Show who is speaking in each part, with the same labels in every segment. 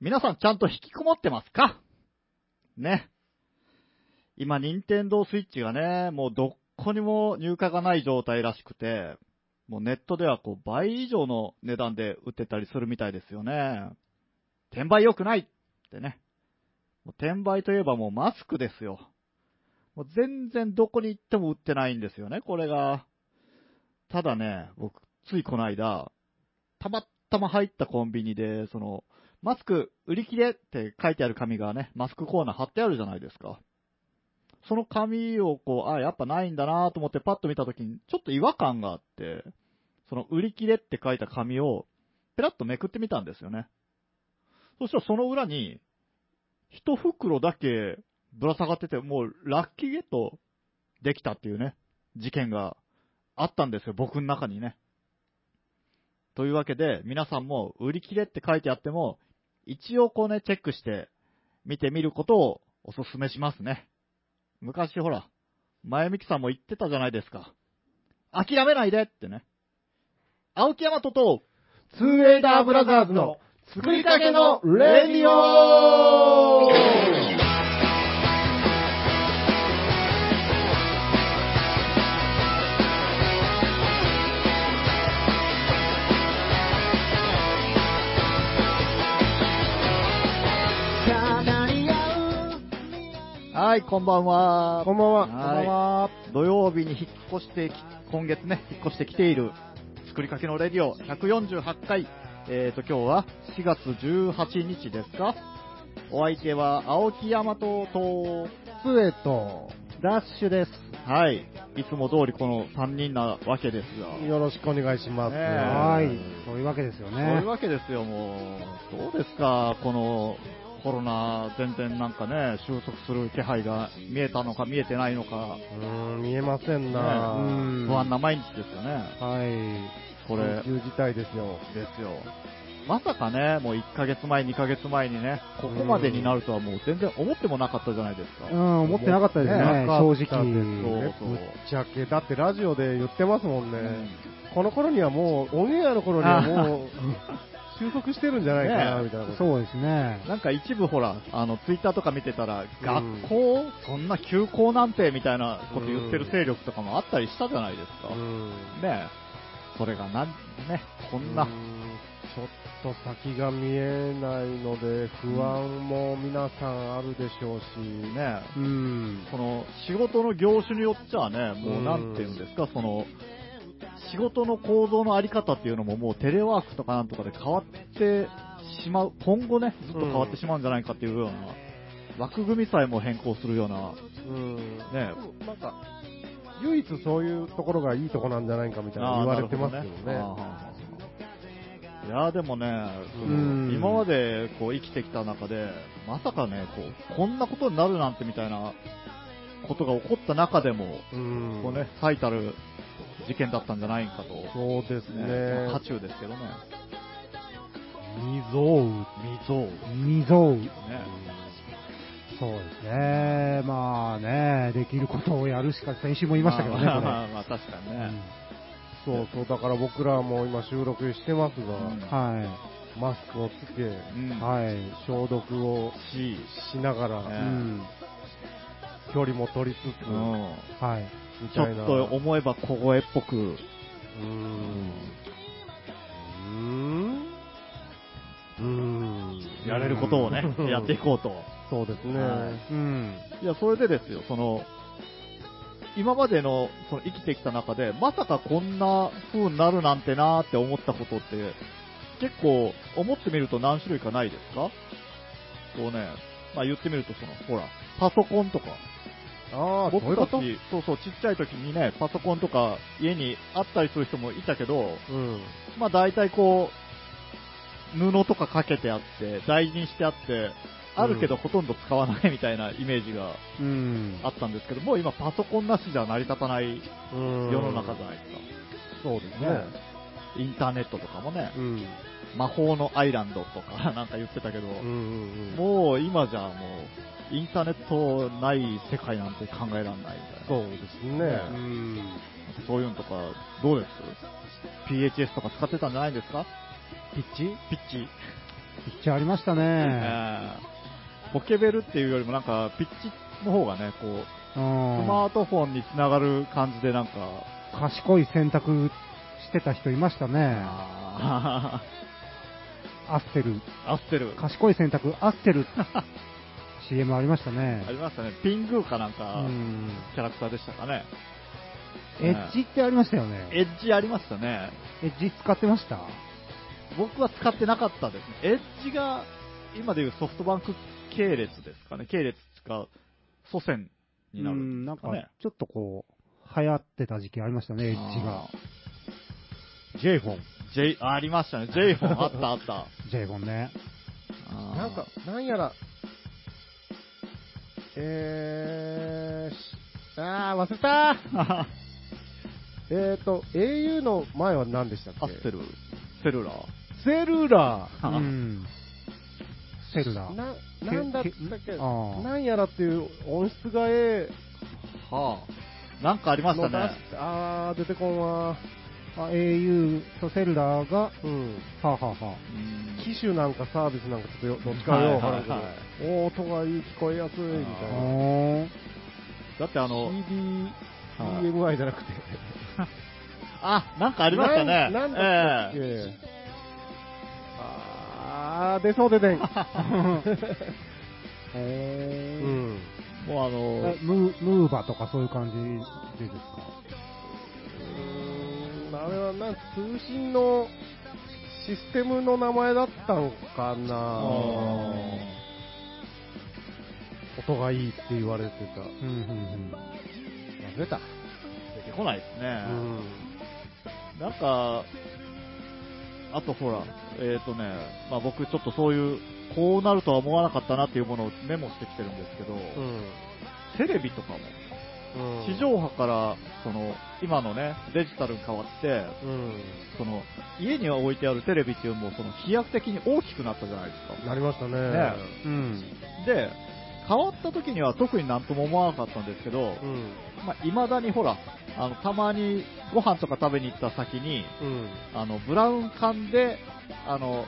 Speaker 1: 皆さんちゃんと引きこもってますかね。今、任天堂スイッチがね、もうどっこにも入荷がない状態らしくて、もうネットではこう倍以上の値段で売ってたりするみたいですよね。転売良くないってね。もう転売といえばもうマスクですよ。もう全然どこに行っても売ってないんですよね、これが。ただね、僕、ついこの間、たまたま入ったコンビニで、その、マスク売り切れって書いてある紙がね、マスクコーナー貼ってあるじゃないですか。その紙をこう、あ、やっぱないんだなと思ってパッと見たときに、ちょっと違和感があって、その売り切れって書いた紙を、ペラッとめくってみたんですよね。そしたらその裏に、一袋だけぶら下がってて、もうラッキーゲットできたっていうね、事件があったんですよ、僕の中にね。というわけで、皆さんも売り切れって書いてあっても、一応こうね、チェックして見てみることをお勧めしますね。昔ほら、前みきさんも言ってたじゃないですか。諦めないでってね。青木山とと、
Speaker 2: ツーエイダーブラザーズの作りかけのレディオ
Speaker 1: はい、こんばんは。
Speaker 2: こんばんは。
Speaker 1: はい
Speaker 2: は。
Speaker 1: 土曜日に引っ越してき、今月ね、引っ越してきている、作りかけのレディオ148回。えーと、今日は4月18日ですかお相手は青木山とと、
Speaker 2: ツーエイと、
Speaker 1: ダッシュです。はい。いつも通りこの3人なわけですが。
Speaker 2: よろしくお願いします。
Speaker 1: ねえ
Speaker 3: はい、そういうわけですよ
Speaker 1: そうい
Speaker 3: ね
Speaker 1: う。わけですよ、もう。どうですか、このコロナ、全然なんかね、収束する気配が見えたのか見えてないのか、ね
Speaker 2: うーん、見えませ
Speaker 1: 不
Speaker 2: んな
Speaker 3: うん
Speaker 1: 安な毎日ですよね。
Speaker 2: はい。
Speaker 1: これ、
Speaker 2: 緊急事態ですよ。
Speaker 1: ですよ。まさかね、もう1ヶ月前、2ヶ月前にね、ここまでになるとはもう全然思ってもなかったじゃないですか。
Speaker 3: う
Speaker 1: ね
Speaker 3: ん、思ってなかったですね、
Speaker 2: ね
Speaker 3: 正
Speaker 2: なかったです
Speaker 1: そう
Speaker 3: 直。
Speaker 2: ねぶっちゃけ、だってラジオで言ってますもんね。この頃にはもう、オンエアの頃にはもう、収束してるんじゃないかな、
Speaker 1: ね
Speaker 2: みたいなこと。
Speaker 3: そうですね。
Speaker 1: なんか一部ほら、あの、ツイッターとか見てたら、
Speaker 2: ん
Speaker 1: 学校、そんな休校なんてみたいなこと言ってる勢力とかもあったりしたじゃないですか。
Speaker 2: うん
Speaker 1: ねえ、それがなん、ね、こんな
Speaker 2: うー、ちょっと先が見えないので、不安も皆さんあるでしょうし、
Speaker 1: ねえ、
Speaker 3: うん。
Speaker 1: この仕事の業種によっちゃね、もうなんていうんですか、その、仕事の構造のあり方っていうのももうテレワークとかなんとかで変わってしまう、今後ね、ずっと変わってしまうんじゃないかっていうような、枠組みさえも変更するような、
Speaker 2: うん
Speaker 1: ね
Speaker 2: なんか、唯一そういうところがいいとこなんじゃないかみたいな言われてますけどね。
Speaker 1: あーなるほどねあーいやーでもね、そ
Speaker 3: うん
Speaker 1: の今までこう生きてきた中で、まさかねこう、こんなことになるなんてみたいなことが起こった中でも、
Speaker 2: うん
Speaker 1: こうね、最たる事件だったんじゃないかと、
Speaker 2: そうですね。
Speaker 1: ねまあ渦中ですけどね、
Speaker 2: 未曾
Speaker 1: 未曾有、ね、
Speaker 3: 未曾有。そうですね。まあね、できることをやるしか、先週も言いましたけどね、
Speaker 1: まあ
Speaker 3: こ
Speaker 1: まあまあ確かに
Speaker 3: れ。
Speaker 1: ね、
Speaker 2: そうそう、だから僕らも今収録してますが、
Speaker 1: うん
Speaker 3: は
Speaker 2: マスクをつけ、
Speaker 1: うん
Speaker 3: い。はい。
Speaker 2: 消毒を
Speaker 1: し、
Speaker 2: しながら、
Speaker 3: う
Speaker 1: ね
Speaker 3: ん。
Speaker 2: 距離も取りつつ、
Speaker 1: うん
Speaker 3: はい。
Speaker 2: み
Speaker 1: ちょ
Speaker 2: たいな。
Speaker 1: っと思えば小声っぽく、
Speaker 2: うーん。うーん。うーん
Speaker 1: やれることを ね、やっていこうと。
Speaker 2: そうですね。
Speaker 1: はい
Speaker 3: うん。
Speaker 1: いや、それでですよ、その、今までのその生きてきた中で、まさかこんな風になるなんてなーって思ったことって、結構思ってみると何種類かないですかこうね、まあ言ってみるとその、ほら、パソコンとか。
Speaker 2: ああ、そうい
Speaker 1: 僕
Speaker 2: う
Speaker 1: た
Speaker 2: こ
Speaker 1: ち
Speaker 2: と
Speaker 1: そうそう、ちっちゃい時にね、パソコンとか家にあったりする人もいたけど、
Speaker 2: うん。
Speaker 1: まあ大体こう、布とかかけてあって、大事にしてあって、あるけどほとんど使わないみたいなイメージが
Speaker 3: うん。
Speaker 1: あったんですけど、もう今パソコンなしじゃ成り立たない世
Speaker 2: 世
Speaker 1: の中じゃないですか。
Speaker 2: そうですね。
Speaker 1: インターネットとかもね
Speaker 2: う、ん。
Speaker 1: 魔法のアイランドとか なんか言ってたけど、
Speaker 2: うんうんうん。
Speaker 1: もう今じゃもう、インターネットない世界なんて考えられないみたいな。
Speaker 2: そうです
Speaker 3: う
Speaker 2: ね。
Speaker 3: ん。
Speaker 1: そういうのとか、どうです ?PHS とか使ってたんじゃないですか
Speaker 2: ピッチ
Speaker 1: ピッチ。
Speaker 2: ピッチャーありましたね。
Speaker 1: えーポケベルっていうよりもなんか、ピッチの方がね、こう、
Speaker 2: う
Speaker 1: ス
Speaker 2: ん。
Speaker 1: マートフォンにつながる感じでなんか、
Speaker 2: 賢い選択してた人いましたね。
Speaker 1: あ
Speaker 2: アッセル。
Speaker 1: ー合ってる。
Speaker 2: 賢い選択、アッセル。CM ありましたね
Speaker 1: あ。りましたね。ピングーかなん
Speaker 2: う
Speaker 1: か、
Speaker 2: ん。
Speaker 1: キャラクターでしたかね。
Speaker 2: エッジってありましたよね。
Speaker 1: エッジありましたね。
Speaker 2: エッジ使ってました
Speaker 1: 僕は使ってなかったですね。エッジが、今でいうソフトバンク系列ですかね。系列か、祖先になる
Speaker 2: うんん、
Speaker 1: で
Speaker 2: なん
Speaker 1: す
Speaker 2: か
Speaker 1: かね。、
Speaker 2: ちょっとこう、流行ってた時期ありましたね、エッジが。ジェイフォン。
Speaker 1: J、ありましたね。J フォンあったあった。
Speaker 2: ジェイフォンね。
Speaker 1: あー
Speaker 4: なんか、、なんやら、えー、しあー、忘れた
Speaker 1: あ
Speaker 4: えーと、au の前は何でしたっけ
Speaker 1: 合ってる。セルラー。
Speaker 4: セル
Speaker 2: う
Speaker 4: ラ
Speaker 1: あ
Speaker 2: ん。セルラ
Speaker 4: ー。
Speaker 2: ー。
Speaker 4: な、なんだったっけ
Speaker 2: けあー
Speaker 4: なんやらっていう音質がえ
Speaker 1: はあ。なんかあり
Speaker 4: え
Speaker 1: ました
Speaker 4: の
Speaker 1: ね
Speaker 4: 出。しあー、出てこんわ。
Speaker 2: あ au とセルラーが、は
Speaker 4: うん。
Speaker 2: あ、はあは
Speaker 1: うん
Speaker 4: 機種なんかサービスなんかちょっとよどっちかよ、
Speaker 1: はいはいはい
Speaker 4: わからんけどおー音がいい、聞こえやすい、み
Speaker 2: あ、
Speaker 4: たいな。
Speaker 2: おー
Speaker 1: だってあの、はい
Speaker 4: CD、EMI じゃなくて。
Speaker 1: あ、なんかありましたね。
Speaker 4: なんなんだったっけ、
Speaker 1: え
Speaker 4: あー、出そう出てん。 う
Speaker 2: へー
Speaker 4: ん。
Speaker 1: えもうあの
Speaker 2: え、ムームーバとかそういう感じでですか
Speaker 4: うーんあれはなんか通信のシステムの名前だったのかな音がいいって言われてた。
Speaker 2: うんうん
Speaker 4: 忘れた。
Speaker 1: 出てこないです
Speaker 4: う
Speaker 1: ね。
Speaker 4: ん。
Speaker 1: なんか、あとほら、えっ、とね、まあ僕ちょっとそういう、こうなるとは思わなかったなっていうものをメモしてきてるんですけど、
Speaker 4: うん。
Speaker 1: テレビとかも、
Speaker 4: うん
Speaker 1: 地上波から、その、今のね、デジタルに変わって、
Speaker 4: うん。
Speaker 1: その、家には置いてあるテレビっていうのも、その、飛躍的に大きくなったじゃないですか。
Speaker 4: なりましたね。
Speaker 1: ね
Speaker 2: うん。うん。
Speaker 1: で、変わった時には特になんとも思わなかったんですけど、
Speaker 4: うん。
Speaker 1: まあ、未だにほら、あの、たまにご飯とか食べに行った先に、
Speaker 4: うん。
Speaker 1: あの、ブラウン管で、あの、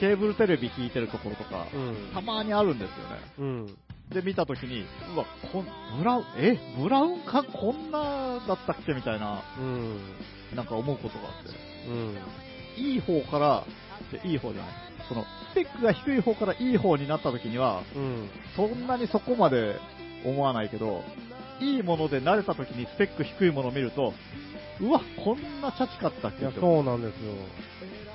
Speaker 1: ケーブルテレビ引いてるところとか、
Speaker 4: うん
Speaker 1: たまにあるんですよね。
Speaker 4: うん。
Speaker 1: で、見たときに、うわ、こん、ブラウン、え、ブラウン管こんなだったっけみたいな、
Speaker 4: うん。
Speaker 1: なんか思うことがあっ
Speaker 4: うん。
Speaker 1: て。いい方から、でいい方じゃない。その、スペックが低い方からいい方になったときには、
Speaker 4: うん。
Speaker 1: そんなにそこまで思わないけど、いいもので慣れたときにスペック低いものを見ると、うわ、こんなチャチかったっ
Speaker 4: い
Speaker 1: け
Speaker 4: や、
Speaker 1: って思う
Speaker 4: そうなんですよ。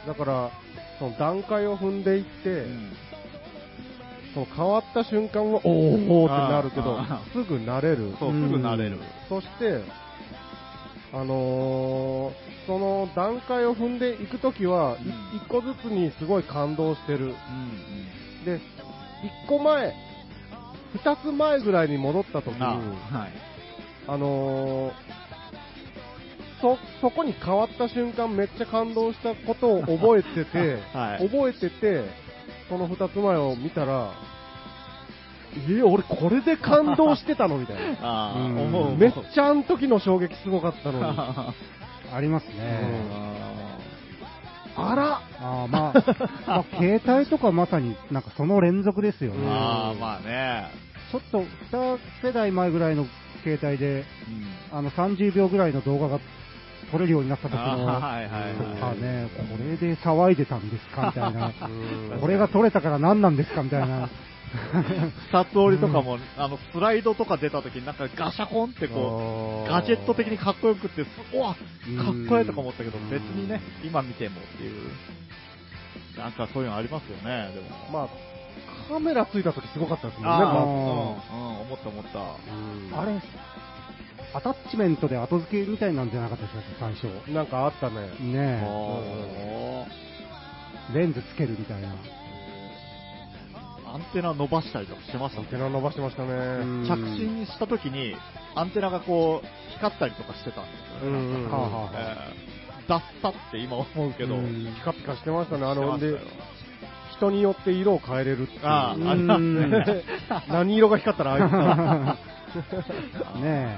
Speaker 4: だから、その段階を踏んでいって、
Speaker 1: うん
Speaker 4: その変わった瞬間は、おおってなるけど
Speaker 1: あ、
Speaker 4: すぐ慣れる。
Speaker 1: そう、
Speaker 2: うん
Speaker 1: すぐ慣れる。
Speaker 4: そして、あのーその段階を踏んでいくときは、い
Speaker 1: うん
Speaker 4: 一、個ずつにすごい感動してる。
Speaker 1: うん
Speaker 4: で、一個前、二つ前ぐらいに戻ったときに、
Speaker 1: な
Speaker 4: あ
Speaker 1: はい。、
Speaker 4: のーそ、そこに変わった瞬間めっちゃ感動したことを覚えてて
Speaker 1: はい
Speaker 4: 覚えてて、その二つ前を見たら、え俺これで感動してたのみたいな。
Speaker 1: ああ、
Speaker 2: うん
Speaker 1: 思う。
Speaker 4: めっちゃあの時の衝撃すごかったの に。あ
Speaker 1: ゃ。
Speaker 2: あります
Speaker 4: うん
Speaker 2: ね。
Speaker 1: あ
Speaker 4: ら
Speaker 2: あ ーまあ、まあ、携帯とかまさになんかその連続ですよ
Speaker 1: ー
Speaker 2: ね。
Speaker 1: あー、まあね。
Speaker 2: ちょっと2世代前ぐらいの携帯で、あの30秒ぐらいの動画が撮れるようになった時の、
Speaker 1: あーはいはいはい
Speaker 2: あね、これで騒いでたんですかみたいな。
Speaker 4: うん
Speaker 2: これが撮れたから何なんですかみたい な。
Speaker 1: 二つ折りとかも、あの、スライドとか出た時になんかガシャコンってこう、ガジェット的にかっこよくって、うわ、かっこいいとか思ったけど、
Speaker 4: うん
Speaker 1: 別にね、今見てもっていう。なんかそういうのありますよね、でも。
Speaker 4: まあ、カメラついた時すごかったですもんね、
Speaker 1: あ
Speaker 4: ま
Speaker 1: ーうん、うん、思った思った。
Speaker 4: ず
Speaker 2: あれ、アタッチメントで後付けみたいなんじゃなかったでしたっけ、最初。
Speaker 4: なんかあったね。
Speaker 2: ね
Speaker 1: あー
Speaker 2: え、レンズつけるみたいな。
Speaker 1: アンテナ伸ばしたりとかしてました
Speaker 4: ア
Speaker 1: も
Speaker 4: ン
Speaker 1: んね
Speaker 4: テナ伸ばしてましたね。
Speaker 2: ん
Speaker 1: 着信した時にアンテナがこう光ったりとかしてたんですよね、
Speaker 4: うんうん
Speaker 2: はあはあはあ
Speaker 1: えー、ダッサって今思うけど、
Speaker 2: うん
Speaker 4: ピカピカしてましたね、あ
Speaker 1: して
Speaker 4: の、
Speaker 1: ましたよ
Speaker 4: で、人によって色を変えれるっていう
Speaker 1: あ
Speaker 2: う
Speaker 1: ああります ね
Speaker 4: 何色が光ったらああい
Speaker 2: ね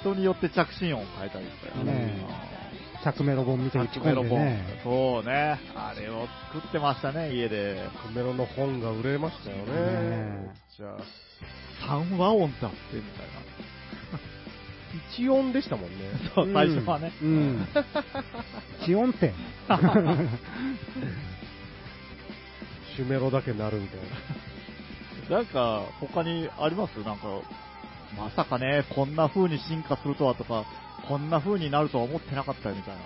Speaker 1: 人によって着信音を変えたりとか
Speaker 2: ね
Speaker 5: 着メロ本みたいに打ち込んでね。
Speaker 1: そうね。あれを作ってましたね、家で。
Speaker 4: メロの本が売れましたよね。
Speaker 5: ね
Speaker 4: じゃあ、
Speaker 1: 3和音だって、みたい
Speaker 4: 一音でしたもんね。
Speaker 1: な。そう、最初はね。
Speaker 5: うん。地音点。
Speaker 4: シュメロだけ鳴るみたい
Speaker 1: なんか、他にありますなんか、まさかね、こんな風に進化するとはとか、こんな風になるとは思ってなかったよみたいな。
Speaker 4: な。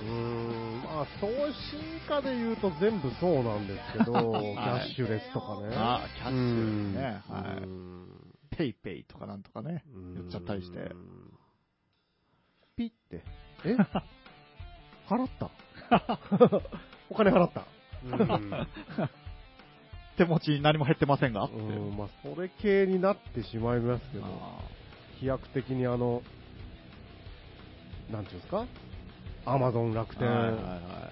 Speaker 4: うーん、まあ、そう進化で言うと全部そうなんですけ ど、キャッシュレスとかね。
Speaker 1: あ、キャッシュですね。
Speaker 4: う
Speaker 1: は
Speaker 4: ん
Speaker 1: い。ペイペイとかなんとかね、言っちゃったりして。。
Speaker 4: ピって。え払ったお金払った。
Speaker 1: 手持ちに何も減ってませんがって。
Speaker 4: うん、まあ、それ系になってしまいますけど、
Speaker 1: あ
Speaker 4: 飛躍的にあの、なんていうんですかアマゾン楽
Speaker 1: ーはいはい
Speaker 4: 天、
Speaker 1: は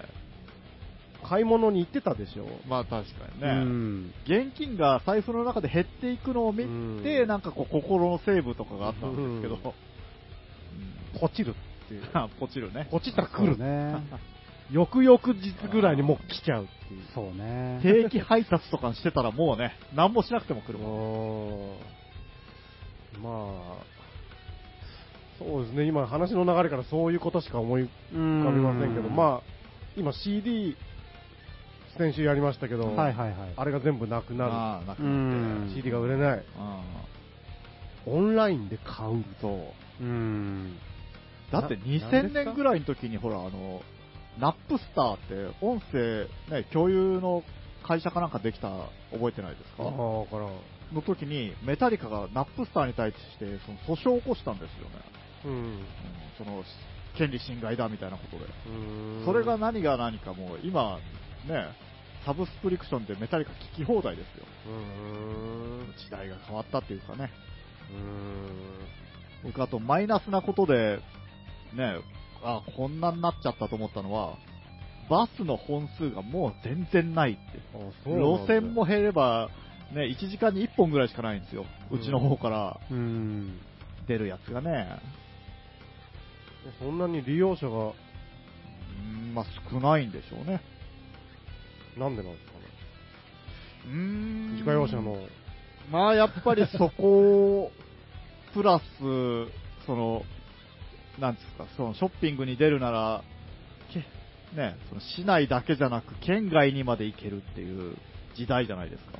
Speaker 4: 買い物に行ってたでしょ。
Speaker 1: い。まあ確かに
Speaker 5: う
Speaker 1: ね。
Speaker 5: ん。
Speaker 1: 現金が財布の中で減っていくのを見て、
Speaker 4: うん
Speaker 1: なんかこう心のセーブとかがあったんですけど、
Speaker 4: うん
Speaker 1: う。
Speaker 4: ポチるっていうん
Speaker 1: あポチるね。
Speaker 4: ポチったら来る。
Speaker 5: ね。
Speaker 4: 翌々日ぐらいにもう来ちゃうっていう。
Speaker 5: そうね。
Speaker 1: 定期配達とかしてたらもうね、何もしなくても来るもん。
Speaker 4: うんまあ、そうですね、今、話の流れからそういうことしか思い浮かびませんけど、
Speaker 5: うん
Speaker 4: まあ、今、CD、先週やりましたけど、
Speaker 5: はいはいはい。
Speaker 4: あれが全部なくな
Speaker 1: ああ、なく
Speaker 5: う
Speaker 1: なって
Speaker 4: る、
Speaker 5: ん
Speaker 4: CD が売れない、オンラインで買う、
Speaker 1: そう。
Speaker 5: うん。
Speaker 1: だって
Speaker 4: な
Speaker 1: 2000年ぐらいの時にほら、あの、ナップスターって音声、ね、共有の会社かなんかできた、覚えてないですか
Speaker 4: ああ分からん、
Speaker 1: の時に、メタリカがナップスターに対して、その訴訟を起こしたんですよね。
Speaker 4: うん
Speaker 1: うんその、権利侵害だみたいなことで。
Speaker 4: うん
Speaker 1: それが何が何かもう、今、ね、サブスクリプションでメタリカ聞き放題ですよ。
Speaker 4: うん
Speaker 1: 時代が変わったっていうかね。
Speaker 4: うん
Speaker 1: 僕、あとマイナスなことで、ね、あ、こんなになっちゃったと思ったのは、バスの本数がもう全然ないって。
Speaker 4: あそうなん
Speaker 1: 路
Speaker 4: だ
Speaker 1: 線も減れば、ね、1時間に1本ぐらいしかないんですよ。
Speaker 4: うん
Speaker 1: うちの方から
Speaker 5: うん。
Speaker 1: 出るやつがね。
Speaker 4: そんなに利用者
Speaker 1: う
Speaker 4: が、
Speaker 1: ん、まあ少ないんでしょうね。
Speaker 4: なんでなんですかね、
Speaker 1: うん
Speaker 4: 自家用車の、
Speaker 1: まあやっぱりそこを、プラス、その、なんですか、そのショッピングに出るなら、けね、その市内だけじゃなく県外にまで行けるっていう時代じゃないですか。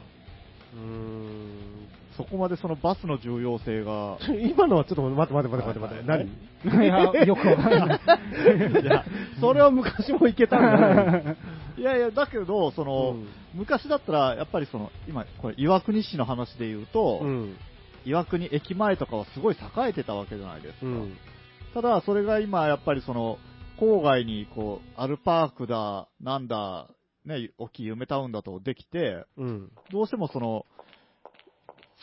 Speaker 4: うん
Speaker 1: そこまでそのバスの重要性が、
Speaker 4: 今のはちょっと待って待って待って待って待って、
Speaker 5: いや、よくわかんない。
Speaker 1: いや、
Speaker 4: 何それは昔もいけたんだ ね。
Speaker 1: いやいや、だけど、その、
Speaker 4: うん
Speaker 1: 昔だったら、やっぱりその、今、これ、岩国市の話で言うと、
Speaker 4: うん。
Speaker 1: 岩国駅前とかはすごい栄えてたわけじゃないですか。
Speaker 4: うん。
Speaker 1: ただ、それが今、やっぱりその、郊外に、こう、アルパークだ、なんだ、ね、大きい夢タウンだとできて、
Speaker 4: うん。
Speaker 1: どうしてもその、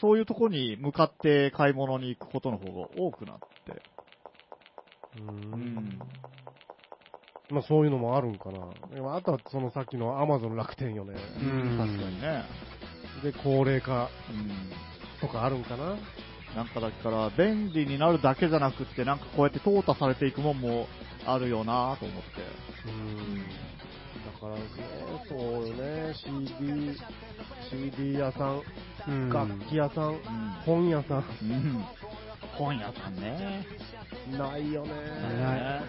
Speaker 1: そういうとこに向かって買い物に行くことの方が多くなって。うん
Speaker 4: まあそういうのもあるんかな。でもあとはそのさっきのアマゾン楽天よね。
Speaker 5: うん
Speaker 1: 確かにね。
Speaker 4: で、高齢化
Speaker 1: うん。
Speaker 4: とかあるんかな。
Speaker 1: なんかだから、便利になるだけじゃなくって、なんかこうやって淘汰されていくもんもあるよなぁと思って。
Speaker 4: うん。だからね、そうよね、CD、CD 屋さん、
Speaker 5: うん
Speaker 4: 楽器屋さん、
Speaker 1: ん
Speaker 4: 本屋さ
Speaker 1: うん。本屋さんね。
Speaker 4: ん、ないよね。
Speaker 5: ない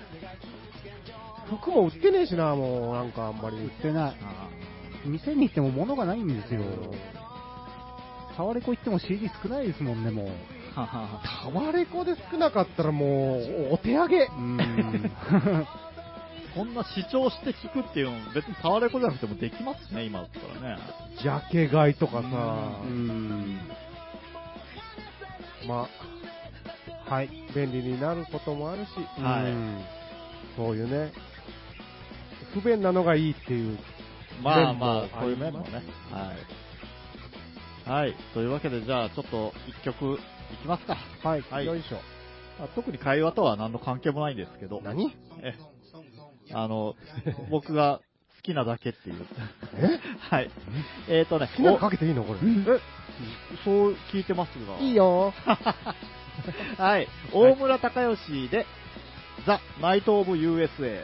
Speaker 4: 服も売ってねえしな、もう、なんかあんまり。
Speaker 5: 売ってない。
Speaker 1: あ
Speaker 5: 店に行っても物がないんですよ。
Speaker 4: う
Speaker 5: タワレコ行っても CD 少ないですもんね、もう。
Speaker 1: ー
Speaker 4: んタワレコで少なかったらもう、お手上げ。
Speaker 5: うん。
Speaker 1: こんな主張して聞くっていうのも別にタワレコじゃなくてもできますね、今だったらね。
Speaker 4: ジャケ買いとかさ、
Speaker 5: うん。
Speaker 4: ま
Speaker 5: はい。
Speaker 4: あ、便利になることもあるし、
Speaker 1: はい
Speaker 5: うん
Speaker 4: そういうね、不便なのがいいっていう。
Speaker 1: まあま
Speaker 4: 面も
Speaker 1: あ、そういう面もね。はい。はい。というわけで、じゃあちょっと一曲いきますか。
Speaker 4: はい、
Speaker 1: はい
Speaker 4: よいしょ。
Speaker 1: まあ特に会話とは何の関係もないんですけど。
Speaker 4: 何
Speaker 1: え、あの、僕が好きなだけっていう。えはい。えっ、ー、とね、
Speaker 4: 好きなのかけていいのこれ。
Speaker 1: おそう聞いてますが。
Speaker 4: いいよ。
Speaker 1: はい。大村隆義で、ザ・ナイト・オブ・ USA。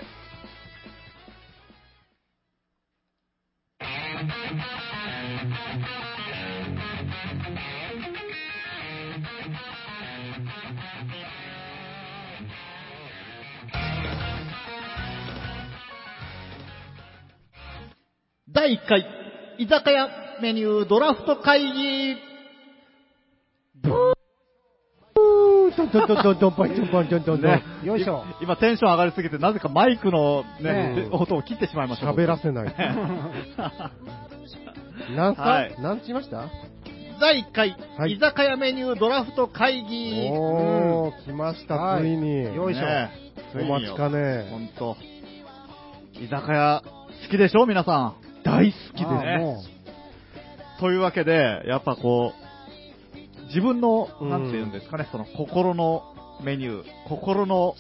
Speaker 1: 第1回居酒屋メニュードラフト会議
Speaker 2: どんどんどんどんどんぽんどんぽんどんどんどん
Speaker 1: ね。
Speaker 2: よいしょ。
Speaker 1: 今テンション上がりすぎて、なぜかマイクのね、
Speaker 2: ねえ
Speaker 1: 音を切ってしまいました。
Speaker 4: 喋 らせない。何歳、何ち言いました
Speaker 1: 第1回、
Speaker 4: はい
Speaker 1: 居酒屋メニュードラフト会議。
Speaker 4: おー、来ました、
Speaker 2: はい
Speaker 4: ついに。
Speaker 2: よいしょ
Speaker 1: ねえ
Speaker 4: お待ちかね
Speaker 1: ほんと。居酒屋、好きでしょ皆さん。
Speaker 4: 大好
Speaker 1: で
Speaker 2: 好
Speaker 1: すねというわけで、やっぱこう、自分の、
Speaker 4: うん
Speaker 1: なんて言うんですかね、その心のメニュー、心の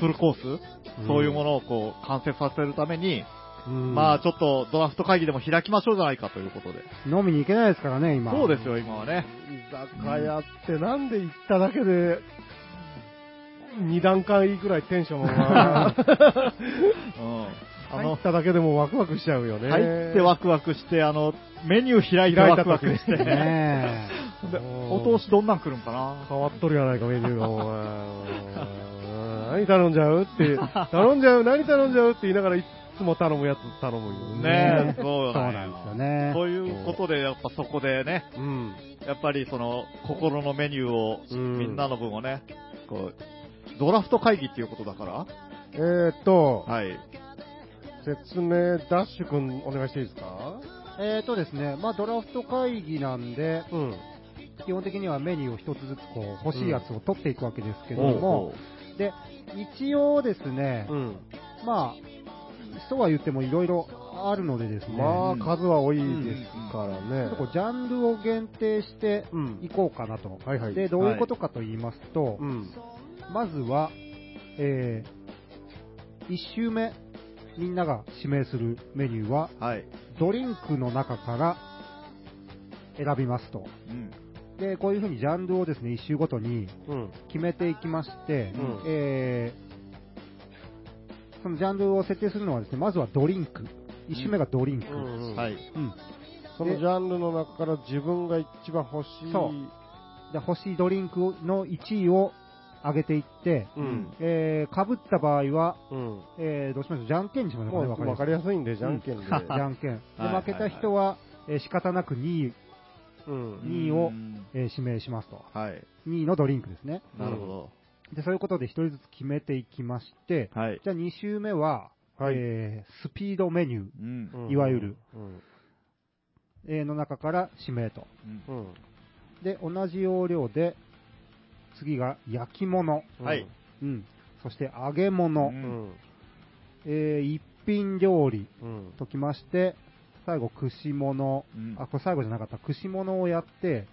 Speaker 1: フルコース、
Speaker 4: うん
Speaker 1: そういうものをこう、完成させるために、
Speaker 4: うん
Speaker 1: まあちょっとドラフト会議でも開きましょうじゃないかということで。
Speaker 2: 飲みに行けないですからね、今。
Speaker 1: そうですよ、今はね。
Speaker 4: 居酒屋ってなんで行っただけで、2段階ぐらいテンションが
Speaker 1: うん。あ
Speaker 4: 入
Speaker 1: の
Speaker 4: っ、ただけでもワクワクしちゃうよね。
Speaker 1: 入ってワクワクして、あの、メニュー開いてワクワクして。
Speaker 2: ね
Speaker 1: で
Speaker 4: うん
Speaker 1: お通しどんなん来るんかな
Speaker 4: 変わっとるやないか、メニューが、お前うん何頼んじゃう って、頼んじゃう、何頼んじゃうって言いながらいつも頼むやつ頼むよね。
Speaker 1: ねえ、そう
Speaker 2: そうなんですよね。
Speaker 1: ということで、やっぱそこでね、
Speaker 4: うん。
Speaker 1: やっぱりその、心のメニューを、
Speaker 4: うん
Speaker 1: みんなの分をね、こう、ドラフト会議っていうことだから、
Speaker 4: えーっと、
Speaker 1: はい。
Speaker 4: 説明、ダッシュ君お願いしていいですか
Speaker 2: えーとですね、まあドラフト会議なんで、
Speaker 4: うん。
Speaker 2: 基本的にはメニューを一つずつこう欲しいやつを取っていくわけですけど
Speaker 1: おうお
Speaker 2: も
Speaker 1: う、
Speaker 2: で、一応ですね、
Speaker 4: うん。
Speaker 2: まあ、そうは言ってもいろいろあるのでですね、
Speaker 4: まあ、
Speaker 1: うん
Speaker 4: 数は多いですから
Speaker 2: ちょっ
Speaker 4: ね
Speaker 2: とこ。うジャンルを限定して
Speaker 4: うん
Speaker 2: いこうかなと。
Speaker 4: はいはい
Speaker 2: で、どういうことかと言いますと、
Speaker 4: うん。
Speaker 2: まずは、え1周目、みんなが指名するメニューは、
Speaker 1: はい。
Speaker 2: ドリンクの中から選びますと。
Speaker 1: うん。
Speaker 2: で、こういうふうにジャンルをですね、1周ごとに
Speaker 4: うん。
Speaker 2: 決めていきまして、
Speaker 4: うん
Speaker 2: えーそのジャンルを設定するのはですね、まずはドリンク。1周目がドリンク。
Speaker 4: うん
Speaker 1: はい。
Speaker 2: うん
Speaker 4: そのジャンルの中から自分が一番欲しい。
Speaker 2: そうで欲しいドリンクの1位を上げていって、
Speaker 4: う。ん。
Speaker 2: えー、かぶった場合は、
Speaker 4: うん。
Speaker 2: えー、どうしましょう、じゃんけんにしましょ
Speaker 4: も
Speaker 2: う
Speaker 4: う
Speaker 2: かね、
Speaker 4: 分かりやすいんで、じゃんけん で。
Speaker 2: じゃんけん。で
Speaker 1: はい
Speaker 2: 負けた人は、えー仕方なく2位、
Speaker 4: うん。
Speaker 2: 二位を
Speaker 1: うん
Speaker 2: えー指名しますと。
Speaker 1: はい。
Speaker 2: 2位のドリンクですね。
Speaker 1: なるほど。
Speaker 2: で、そういうことで1人ずつ決めていきまして、
Speaker 1: はい。
Speaker 2: じゃあ2周目は、
Speaker 4: はい
Speaker 2: えースピードメニュー、
Speaker 1: うん。
Speaker 4: うん
Speaker 2: いわゆる。
Speaker 4: うん。
Speaker 2: えーの中から指名と。
Speaker 1: う
Speaker 4: うん。
Speaker 2: で、同じ要領で、次が焼き物、
Speaker 4: うん
Speaker 1: はい。
Speaker 2: うん、そして揚げ物、
Speaker 1: う
Speaker 4: うんん。
Speaker 2: えー一品料理
Speaker 4: うん。
Speaker 2: ときまして、最後串物、
Speaker 1: ん。
Speaker 2: あ、これ最後じゃなかった、串物をやって、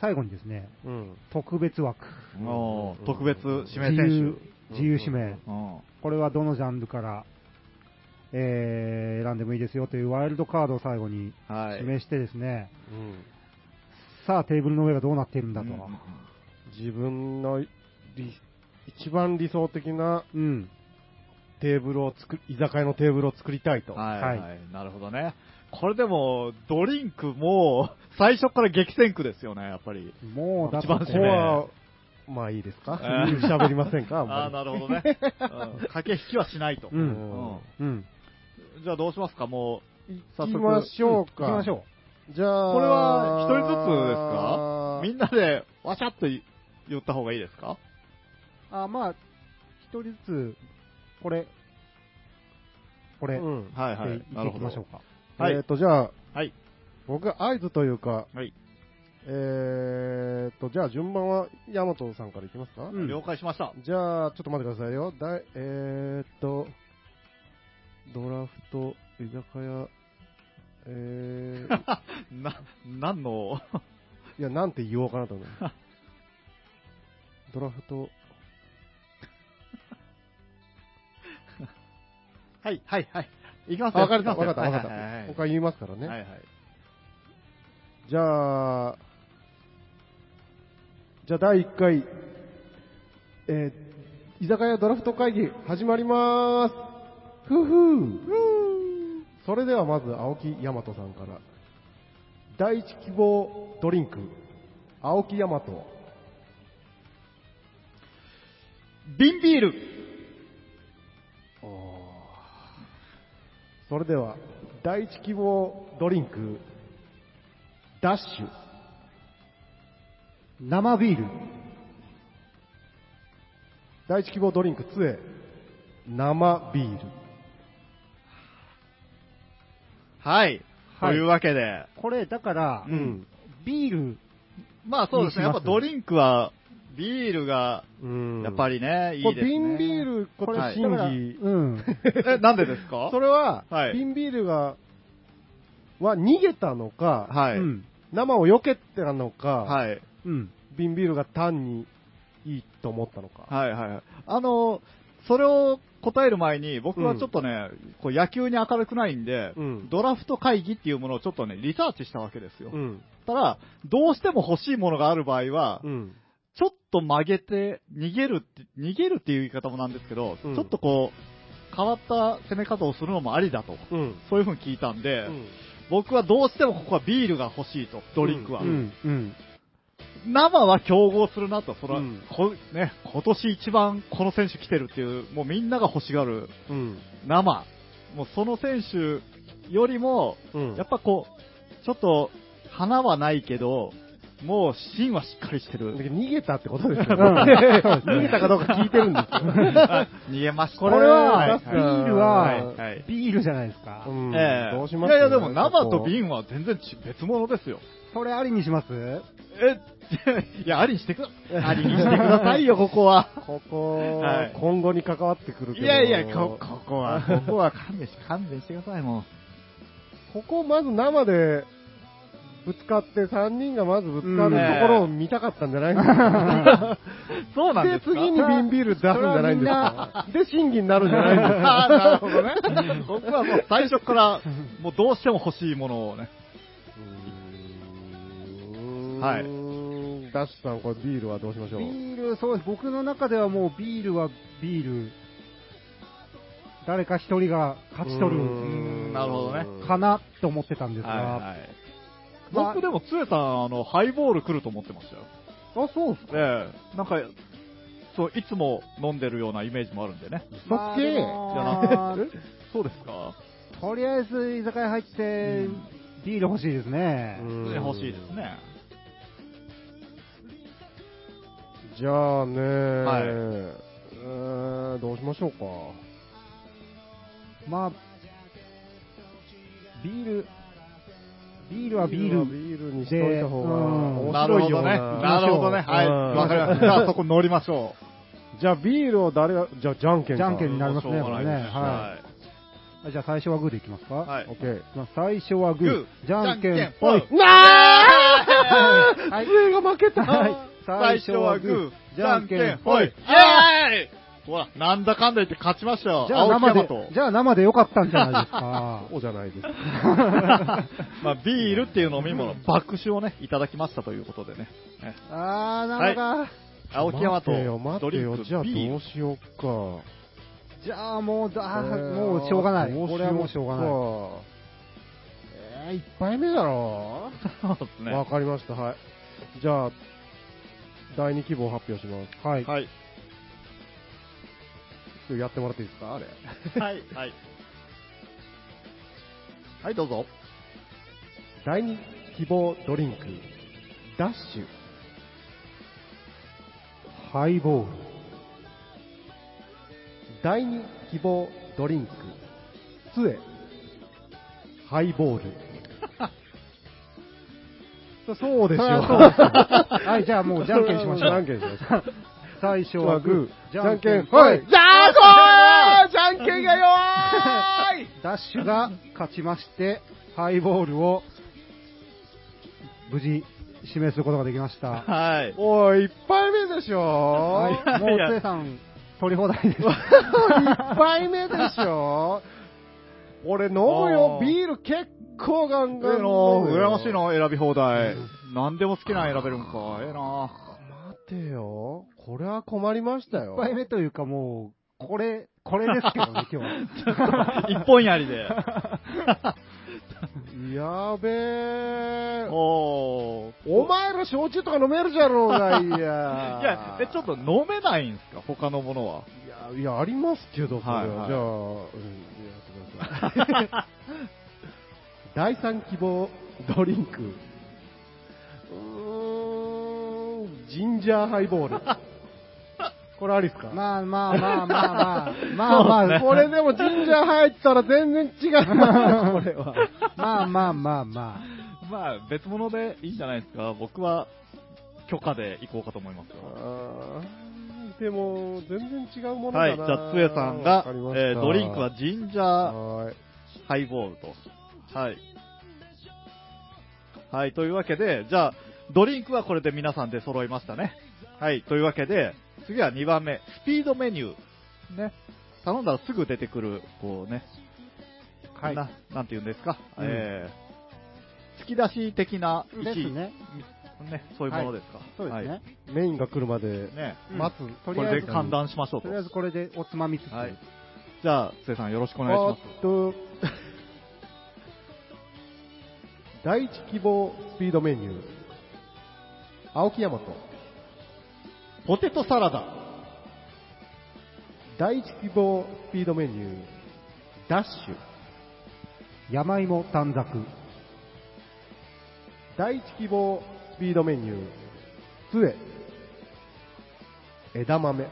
Speaker 2: 最後にですね、
Speaker 4: うん。
Speaker 2: 特別枠。
Speaker 1: うんおー特別指名
Speaker 2: 自
Speaker 1: 選手。
Speaker 2: 由、自由指名。
Speaker 1: うん。
Speaker 2: これはどのジャンルから、えー選んでもいいですよというワイルドカードを最後に
Speaker 1: はい。
Speaker 2: 指名してですね、
Speaker 4: うん。
Speaker 2: さあテーブルの上がどうなっているんだと。
Speaker 4: 自分のり一番理想的な
Speaker 2: うん。
Speaker 4: テーブルを作る、居酒屋のテーブルを作りたいと。
Speaker 1: はい、
Speaker 2: は
Speaker 1: はい、なるほどね。これでも、ドリンクも、最初から激戦区ですよね、やっぱり。
Speaker 2: もうだって
Speaker 1: 一番
Speaker 4: こ
Speaker 1: 指
Speaker 4: こ
Speaker 1: 名
Speaker 4: は、まあいいですか
Speaker 1: えー
Speaker 4: 喋りませんかあん
Speaker 1: ああー、
Speaker 4: ま
Speaker 1: なるほどね。うん 駆け引きはしないと。
Speaker 2: う
Speaker 4: り。
Speaker 2: ん
Speaker 1: うん
Speaker 2: うん。
Speaker 1: じゃあどうしますか、も
Speaker 4: 行きましょうか。
Speaker 2: 行きましょ
Speaker 4: じゃあ、
Speaker 1: これは一人ずつですう、みん
Speaker 4: つ
Speaker 1: なで、わしゃっと言った方がいいですか
Speaker 2: う。あ、まあ、一人ずつ、これ、これ、
Speaker 4: うん。
Speaker 1: はいはい
Speaker 2: で
Speaker 1: なる
Speaker 2: 行って
Speaker 1: ほ
Speaker 2: いき
Speaker 1: ど
Speaker 2: ましょうか。
Speaker 1: はい
Speaker 4: えっ、と、じゃあ、
Speaker 1: はい。
Speaker 4: 僕が合図というか、
Speaker 1: はい。
Speaker 4: えっ、と、じゃあ順番は、ヤマトさんからいきますか、
Speaker 2: うん
Speaker 1: 了解しました。
Speaker 4: じゃあ、ちょっと待ってくださいよ。だいえっ、と、ドラフト、居酒屋、えー、
Speaker 1: な、なんの、
Speaker 4: いや、なんて言おうかな と思う。ドラフト、
Speaker 1: はい、はい、はい。いきますよ。
Speaker 4: わかった、
Speaker 1: いきます
Speaker 4: わか
Speaker 1: よ
Speaker 4: った、わかった。
Speaker 1: はいはいはい
Speaker 4: 他言いますからね。
Speaker 1: はいはい。
Speaker 4: じゃあ、じゃあ第1回、えー居酒屋ドラフト会議始まりますふうふうそれではまず青木大和さんから第一希望ドリンク青木大和
Speaker 1: 瓶ビール
Speaker 4: それでは第一希望ドリンクダッシュ
Speaker 5: 生ビール
Speaker 4: 第一希望ドリンク杖生ビール
Speaker 1: はい。
Speaker 5: はい
Speaker 1: というわけで、
Speaker 5: これだから、
Speaker 4: うん
Speaker 5: ビール
Speaker 1: まあそうですね、
Speaker 5: に
Speaker 1: や
Speaker 5: し
Speaker 1: っ
Speaker 5: ます
Speaker 1: ぱドリンクは、ビールが、
Speaker 4: うん
Speaker 1: やっぱりね、い
Speaker 4: こ
Speaker 1: いで
Speaker 4: れ
Speaker 1: すね。
Speaker 4: 瓶ビールこれ
Speaker 1: はい
Speaker 4: 審
Speaker 5: だから
Speaker 4: 議
Speaker 5: うん
Speaker 1: え、なんでですか
Speaker 4: それは
Speaker 1: はい
Speaker 4: 瓶ビールがは逃げたのか
Speaker 1: はい、
Speaker 5: うん
Speaker 4: 生を避けたのか
Speaker 1: はい。
Speaker 5: うん
Speaker 4: 瓶ビールが単にいいと思ったのか
Speaker 1: はいはいはい。あの、それを答える前に、僕はちょっとね、こう野球に明るくないんで、
Speaker 4: うん
Speaker 1: ドラフト会議っていうものをちょっとね、リサーチしたわけですよ。
Speaker 4: う
Speaker 1: だ
Speaker 4: ん
Speaker 1: たら、どうしても欲しいものがある場合は、
Speaker 4: うん
Speaker 1: ちょっと曲げて、逃げるって、逃げるっていう言い方もなんですけど、
Speaker 4: うん
Speaker 1: ちょっとこう、変わった攻め方をするのもありだと。
Speaker 4: うん
Speaker 1: そういう風に聞いたんで、
Speaker 4: うん
Speaker 1: 僕はどうしてもここはビールが欲しいと、ドリンクは。
Speaker 5: うんうん
Speaker 1: 生は競合するなと、それは、
Speaker 4: うん
Speaker 1: こね、今年一番この選手来てるっていう、もうみんなが欲しがる
Speaker 4: うん
Speaker 1: 生、もうその選手よりも、
Speaker 4: うん
Speaker 1: やっぱこう、ちょっと花はないけど、もう芯はしっかりしてる。
Speaker 4: 逃げたってことですよね
Speaker 5: 逃
Speaker 4: 逃げたかどうか聞いてるんです よ
Speaker 1: 逃げました。
Speaker 5: これは、
Speaker 4: い
Speaker 5: ビールは、
Speaker 1: はいはい
Speaker 5: ビールじゃないですか。
Speaker 4: うん
Speaker 1: ええ
Speaker 4: どうします
Speaker 1: いやいや、でも生と瓶は全然ち別物ですよ。
Speaker 5: それありにします
Speaker 1: え、 いや、ありにしてくだ、 ありにしてくださいよ、ここは。
Speaker 4: ここ、
Speaker 1: はい
Speaker 4: 今後に関わってくる け
Speaker 1: い
Speaker 4: ど。
Speaker 1: やいや、こ、ここ は、ここは勘弁して、勘弁してください、も
Speaker 4: ここまず生でぶつかって、3人がまずぶつか
Speaker 5: う
Speaker 4: る
Speaker 5: ん
Speaker 4: ところを見たかったんじゃないですか。
Speaker 1: う。そうなん
Speaker 4: で
Speaker 1: ですか
Speaker 4: 次に瓶ビール出すんじゃないんですか。で、審議になるんじゃないんですか。
Speaker 1: あーなるほどね。 僕はもう最初 から、もうどうしても欲しいものをね。はいう
Speaker 4: ーんダッシュさん、これビールはどうしましょう
Speaker 5: ビール、そうです。僕の中ではもうビールはビール。誰か一人が勝ち取
Speaker 4: うー
Speaker 5: る
Speaker 4: ん
Speaker 1: うんなるほどね
Speaker 5: かなと思ってたんですが、
Speaker 1: はいはい。
Speaker 5: まあ
Speaker 1: 僕でも、つえさん、あの、ハイボール来ると思ってましたよ。
Speaker 5: あ、そうっすか。
Speaker 1: ええなんか、そう、いつも飲んでるようなイメージもあるんでね。
Speaker 4: そっけ
Speaker 5: まあでも
Speaker 1: そうですか
Speaker 5: とりあえず居酒屋入って、
Speaker 1: うん
Speaker 5: ビール欲しいですね。
Speaker 4: うん
Speaker 1: 欲しいですね。
Speaker 4: じゃあね、
Speaker 1: はいう
Speaker 4: ーんどうしましょうか。
Speaker 5: まあ、ビール、ビールはビー
Speaker 4: は
Speaker 5: ル。
Speaker 4: ビールにしといた方が面
Speaker 1: なる
Speaker 4: 白
Speaker 1: ほ
Speaker 4: いよ
Speaker 1: ど
Speaker 4: う
Speaker 1: ね。
Speaker 4: な。
Speaker 1: なるほどね。はい。
Speaker 4: うん
Speaker 1: わかりました。じゃあそこ乗りましょう。
Speaker 4: じゃあビールを誰が、じゃあじゃんけんか。
Speaker 5: じゃんけんになります
Speaker 1: しょ
Speaker 5: ね
Speaker 1: うがないです
Speaker 5: これねじゃあ最初はグーでいきますか。
Speaker 1: はい。はい
Speaker 4: オッケー。
Speaker 5: まあ最初はグー。
Speaker 1: グー
Speaker 5: じゃんけ
Speaker 1: じゃん
Speaker 5: ん
Speaker 1: けん
Speaker 5: ぽい。
Speaker 1: ぽい
Speaker 5: は
Speaker 1: ー
Speaker 5: いはい
Speaker 4: 上が負けた。。
Speaker 5: はい
Speaker 1: 最初はグー、じ
Speaker 5: じ
Speaker 1: ゃ
Speaker 5: ゃ
Speaker 1: ん
Speaker 5: ん
Speaker 1: け
Speaker 5: け
Speaker 1: ん
Speaker 5: ん
Speaker 1: ほ
Speaker 5: ほ
Speaker 1: い。
Speaker 5: い
Speaker 1: イエーイほら、なんだかんだ言って勝ちましたよ。
Speaker 5: じゃあ生
Speaker 1: 青木
Speaker 5: で
Speaker 1: 大和、
Speaker 5: じゃあ生でよかったんじゃないですか
Speaker 4: そうじゃないですか。
Speaker 1: まあ、ビールっていう飲み物、爆酒をね、いただきましたということでね。ね
Speaker 5: あー、なるほ
Speaker 1: 青木山
Speaker 4: 待てよ、
Speaker 1: と
Speaker 4: 待
Speaker 1: ド
Speaker 4: て
Speaker 1: リ
Speaker 4: よ
Speaker 1: ンク、
Speaker 4: じゃあど
Speaker 1: ビー
Speaker 4: う
Speaker 1: ル。
Speaker 4: しようか。
Speaker 5: ど。じゃあもう、あ
Speaker 4: え
Speaker 5: ー
Speaker 4: ー
Speaker 5: もうしょうがない。
Speaker 4: ど
Speaker 5: これはもうしょうがない。
Speaker 4: ない。えー、一杯目だろ
Speaker 1: そうですね。
Speaker 4: わかりました、はい。じゃあ、第二希望発表します。
Speaker 5: はい。
Speaker 1: はい。
Speaker 4: 今日やってもらっていいですかあれ。
Speaker 1: はい。はい。はい、どうぞ。
Speaker 4: 第二希望ドリンク、ダッシュ。
Speaker 5: ハイボール。
Speaker 4: 第二希望ドリンク、杖、ハイボール。そう でしょ。
Speaker 5: そりゃそうですよはい、じゃあもうじゃんけんしましょう。
Speaker 4: じゃんけんしましょう。
Speaker 5: 最初はグー。
Speaker 4: じゃんけんぽい
Speaker 1: じゃあ、こーじゃんけんがよーい
Speaker 5: ダッシュが勝ちまして、ハイボールを無事指名することができました。
Speaker 1: はい。
Speaker 4: おい、一杯目でしょ
Speaker 5: はい、もうつえさん取り放題です。
Speaker 4: 一杯目でしょ俺飲むよ
Speaker 1: あ、ー
Speaker 4: ビール結構ガ
Speaker 1: え
Speaker 4: ン
Speaker 1: え
Speaker 4: ガン飲む
Speaker 1: な
Speaker 4: よ
Speaker 1: 羨ましいな、選び放題。何でも好きなの選べるんか。ええな
Speaker 4: てよ。これは困りましたよ。
Speaker 5: 1杯目というかもう、これ、これですけどね、今 日
Speaker 1: 一本槍で。
Speaker 4: やべえ。
Speaker 1: おー。
Speaker 4: お前ら焼酎とか飲めるじゃろうが、いや。い
Speaker 1: いや、え、ちょっと飲めないんですか他のものは。
Speaker 4: いや、いや、ありますけど、それは。
Speaker 1: はいはい
Speaker 4: じゃあ、うん、やってくだ さい。第三希望ドリンク。うーん、ジンジャーハイボール。これありっすか、
Speaker 5: まあまあまあまあまあ、まあまあ、
Speaker 4: これでもジンジャー入ってたら 全然違うな、これは。
Speaker 5: まあまあまあま
Speaker 1: まあ、別物でいいんじゃないですか僕は、許可で行こうかと思いますよ。
Speaker 4: あーでも、全然違うものだな。
Speaker 1: はい、じゃあ、つえさんが
Speaker 4: わかり、ました
Speaker 1: えードリンクはジンジャー
Speaker 4: はい
Speaker 1: ハイボールと。はい。はい、というわけで、じゃあ、ドリンクはこれで皆さんで揃いましたね。はい、というわけで、次は2番目、スピードメニュー。ね。頼んだらすぐ出てくる、こうね、
Speaker 5: はい
Speaker 1: ななんて言うんですか、
Speaker 5: うん
Speaker 1: えー、突き出し的な
Speaker 5: あ。
Speaker 1: 位
Speaker 5: で
Speaker 1: 置
Speaker 5: す、ね。
Speaker 1: ねそういうものですか。
Speaker 5: そうです
Speaker 1: はい
Speaker 5: ね。
Speaker 4: メインが来るまで
Speaker 1: ね
Speaker 5: うん
Speaker 4: 待つ。
Speaker 5: とり
Speaker 1: こ
Speaker 5: あえ
Speaker 1: れ
Speaker 5: ず
Speaker 1: で寒暖しましょう
Speaker 5: と
Speaker 1: と。
Speaker 5: りあえずこれでおつまみつつ。
Speaker 1: はい。じゃあ、つえさんよろしくお願いします。
Speaker 4: あーっと、第一希望スピードメニュー、青木大和。
Speaker 1: ポテトサラダ。
Speaker 4: 第一希望スピードメニュー、ダッシュ。
Speaker 5: 山芋短冊。
Speaker 4: 第一希望スピードメニュー、杖。枝豆。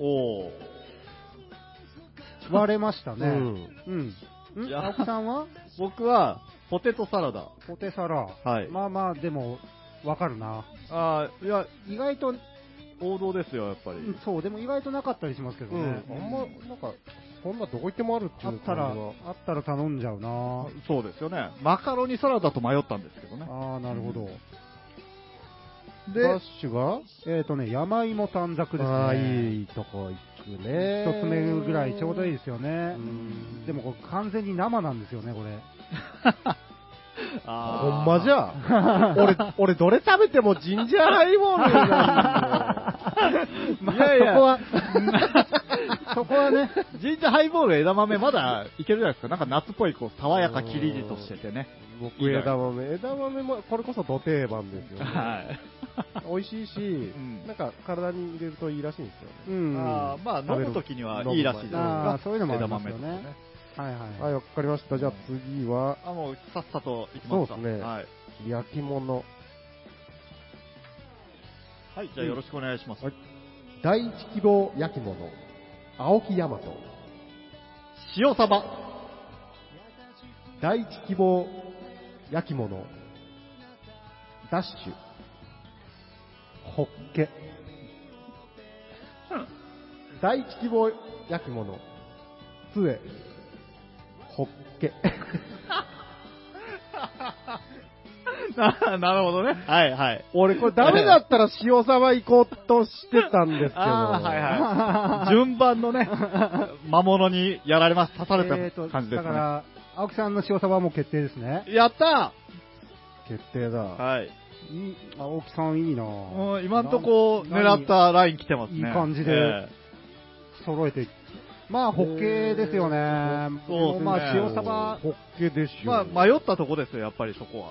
Speaker 1: おー。
Speaker 5: 割れましたね。
Speaker 4: う
Speaker 5: うんん。うん
Speaker 1: いや
Speaker 5: 青木さんは
Speaker 1: 僕は、ポテトサラダ。
Speaker 5: ポテサラ。
Speaker 1: はい
Speaker 5: まあまあ、でも、わかるな。
Speaker 1: ああ、いや、
Speaker 5: 意外と、
Speaker 1: 王道ですよ、やっぱり。
Speaker 5: うんそう、でも意外となかったりしますけど
Speaker 4: うん、
Speaker 5: ね。
Speaker 4: あんま、なんか、そんなどこ行ってもあるってい
Speaker 5: あ
Speaker 4: う
Speaker 5: った
Speaker 4: 感じ
Speaker 5: ら、
Speaker 4: は。
Speaker 5: あったら頼んじゃうな。
Speaker 1: そうですよね。マカロニサラダと迷ったんですけどね。
Speaker 5: ああ、なるほど。
Speaker 4: ダッ
Speaker 1: で、
Speaker 4: シュが
Speaker 5: えっ、とね、山芋短冊ですね。
Speaker 4: ああー、いいとこ行くね。
Speaker 5: 一つ目ぐらいちょうどいいですよね
Speaker 4: ん。
Speaker 5: でもこれ完全に生なんですよね、これ。
Speaker 4: ほんまじ
Speaker 1: ゃ。
Speaker 4: ゃ。 俺、俺どれ食べてもジンジャーハイボールなんだよ
Speaker 1: いやいや
Speaker 4: そこは、
Speaker 1: そこはね、 ジンジャーハイボール枝豆まだいけるじゃないですか。なんか夏っぽい、こう、爽やかキリリとしててね。
Speaker 4: 僕枝豆、枝豆も、これこそ土定番です よ、
Speaker 1: はい。
Speaker 4: 美味しいし、
Speaker 1: ん
Speaker 4: なんか体に入れるといいらしいんですよね。
Speaker 5: うん。
Speaker 1: あ
Speaker 5: は
Speaker 1: ーまあ、飲むときにはいいらしいじゃないですか。
Speaker 5: あーそういうのもあり
Speaker 1: 枝
Speaker 5: ます
Speaker 1: 豆
Speaker 5: よ
Speaker 1: と
Speaker 5: ね
Speaker 1: かね。
Speaker 5: いはい。
Speaker 4: はい、わかりました。じゃあ次は、
Speaker 1: あ、もう、さっさと行きますか。
Speaker 4: そうですね
Speaker 1: はい。
Speaker 4: 焼き物。
Speaker 1: はい、じゃあよろしくお願いします。
Speaker 4: はい第一希望焼き物。青木大和。
Speaker 1: 塩サバ。
Speaker 4: 第一希望焼き物。ダッシュ。ホッケ。第一希望焼き物。杖。ホッケ。
Speaker 1: ななるほどね。はい、はい。
Speaker 4: 俺 これダメだったら塩沢行こうとしてたんですけど。
Speaker 1: あーはいはい。順番のね、魔物にやられます、刺された
Speaker 5: えーと
Speaker 1: 感じです
Speaker 5: だか
Speaker 1: ね。
Speaker 5: ら、青木さんの塩サバも決定ですね。
Speaker 1: やった
Speaker 4: 決定だ。
Speaker 1: ーはい。
Speaker 5: いい青木さんいいな
Speaker 1: もう今んとこ
Speaker 5: な
Speaker 1: 狙ったライン来てますね。
Speaker 5: いい感じで
Speaker 1: え
Speaker 5: 揃えて。まあ、ホッケです よね。
Speaker 1: そうですね
Speaker 5: まあ、塩サバ、
Speaker 4: ホッケです
Speaker 1: え
Speaker 4: よ。
Speaker 1: まあ迷ったとこですよ、やっぱりそこは。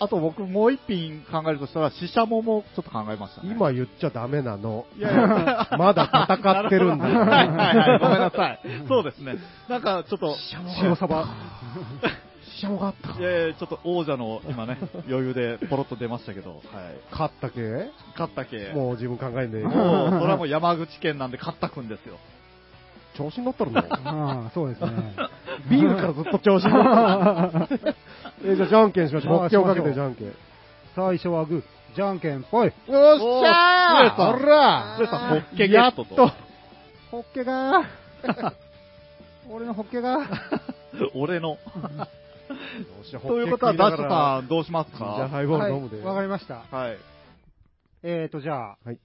Speaker 1: あと僕もう一品考えるとしたら、シシャモもちょっと考えましたね。
Speaker 4: 今言っちゃダメなの。
Speaker 1: いやいや
Speaker 4: まだ戦ってるんだよ。
Speaker 1: はいはいはい、ごめんなさい。そうですね。なんかちょっと、
Speaker 5: 塩サバ。
Speaker 4: シャモがあった
Speaker 1: いやいやちょっと王者の今ね、余裕でポロッと出ましたけど、はい。
Speaker 4: 勝ったけ
Speaker 1: 勝ったけ。も、
Speaker 4: もう自分考えんでいいう
Speaker 1: それはもう山口県なんで勝ったくんですよ。
Speaker 4: 調子に乗っとるの
Speaker 5: うん、そうですね。
Speaker 4: ビールからずっと調子に乗っとる。え、じゃあじゃんけんしましょう。ホッケをかけてじゃんけん。よ
Speaker 5: 最初はグー、じゃんけんぽい。
Speaker 4: っ
Speaker 1: お
Speaker 4: しゃー
Speaker 1: ー
Speaker 4: ほら
Speaker 1: それさ、ホッケゲ
Speaker 4: やっ
Speaker 1: ットと
Speaker 4: と。。
Speaker 5: ホッケがー俺のホッケが ー
Speaker 1: 俺の。
Speaker 4: と
Speaker 1: ということは、ダッシュさん、どうしますか
Speaker 4: じゃあハイボー
Speaker 5: は
Speaker 4: ル飲むで。
Speaker 5: い、わかりました。
Speaker 1: はい。
Speaker 5: えーと、じゃあ、
Speaker 4: はい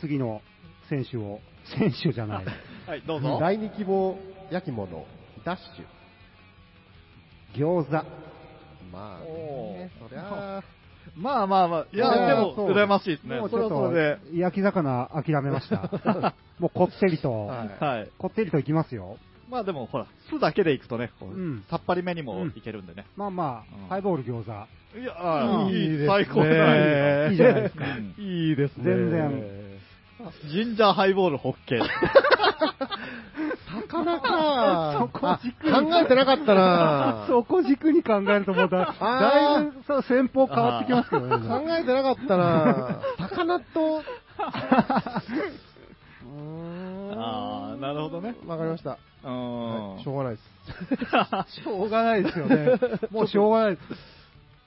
Speaker 5: 次の選手を、選手じゃない。
Speaker 1: はい、どうぞ。
Speaker 4: 第二希望焼き物、ダッシュ。
Speaker 5: 餃子。
Speaker 4: まあ
Speaker 1: おー
Speaker 4: ね、そりゃあ、
Speaker 1: まあまあまあ、いや、でも、羨ましいですね。
Speaker 5: もうち
Speaker 1: それ
Speaker 5: ょ
Speaker 1: は
Speaker 5: っ
Speaker 1: それ
Speaker 5: と、焼き魚諦め ました。もうこってりと、
Speaker 4: はい
Speaker 1: で。はい。
Speaker 5: こってりといきますよ。
Speaker 1: まあでも、ほら、酢だけでいくとね、こう
Speaker 5: うん
Speaker 1: さっぱりめにもいけるんでね。
Speaker 5: まあまあ、
Speaker 1: うん
Speaker 5: ハイボール餃子。
Speaker 1: いやあ
Speaker 5: う
Speaker 1: ー、
Speaker 5: ん
Speaker 1: い
Speaker 4: いい
Speaker 1: い
Speaker 4: ですね
Speaker 1: 最高じゃない
Speaker 5: いいじゃないですか
Speaker 1: うん
Speaker 4: いいですね。
Speaker 5: 全然。
Speaker 1: ジンジャーハイボールホッケー。
Speaker 4: 魚か。
Speaker 5: そこ軸に。
Speaker 4: あ考えてなかったな
Speaker 5: そこ軸に考えるとまた、
Speaker 4: あ
Speaker 5: だ
Speaker 4: ー
Speaker 5: いぶそう戦 法変わってきますけどね。
Speaker 4: 考えてなかったな。魚と。うーん
Speaker 1: あーなるほどね
Speaker 4: わかりました。
Speaker 1: う
Speaker 4: は
Speaker 1: ん
Speaker 4: いしょうがないです。
Speaker 5: しょうがないです よね。 もうしょうがないです。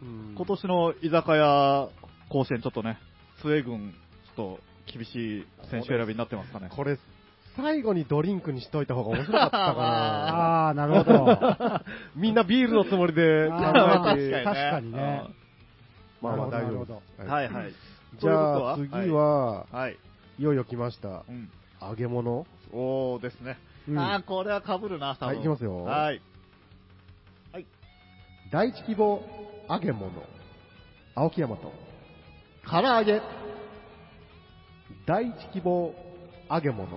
Speaker 4: うん
Speaker 1: 今年の居酒屋甲子園、ちょっとね、スウェー軍、ちょっと厳しい選手選びになってますかね。
Speaker 4: これ、最後にドリンクにしといた方が面白かったか な。
Speaker 5: ああ、なるほど。
Speaker 4: みんなビールのつもりで考
Speaker 5: あー
Speaker 4: えて。
Speaker 5: 確かにね
Speaker 4: まあまあ
Speaker 5: な
Speaker 4: 大
Speaker 5: る
Speaker 4: 丈
Speaker 5: ほど
Speaker 4: 夫です。
Speaker 1: うん
Speaker 4: は
Speaker 1: はいいはい。
Speaker 4: じゃあ
Speaker 1: ということ
Speaker 4: 次は、
Speaker 1: はい。
Speaker 4: いよいよ来ました。
Speaker 1: うん。
Speaker 4: 揚げ物
Speaker 1: おーですね。
Speaker 5: うん
Speaker 1: ああ、これは被るな、多分
Speaker 4: はいいきますよ
Speaker 1: はい。
Speaker 4: 第一希望揚げ物青木大和
Speaker 1: 唐揚げ。
Speaker 4: 第一希望揚げ物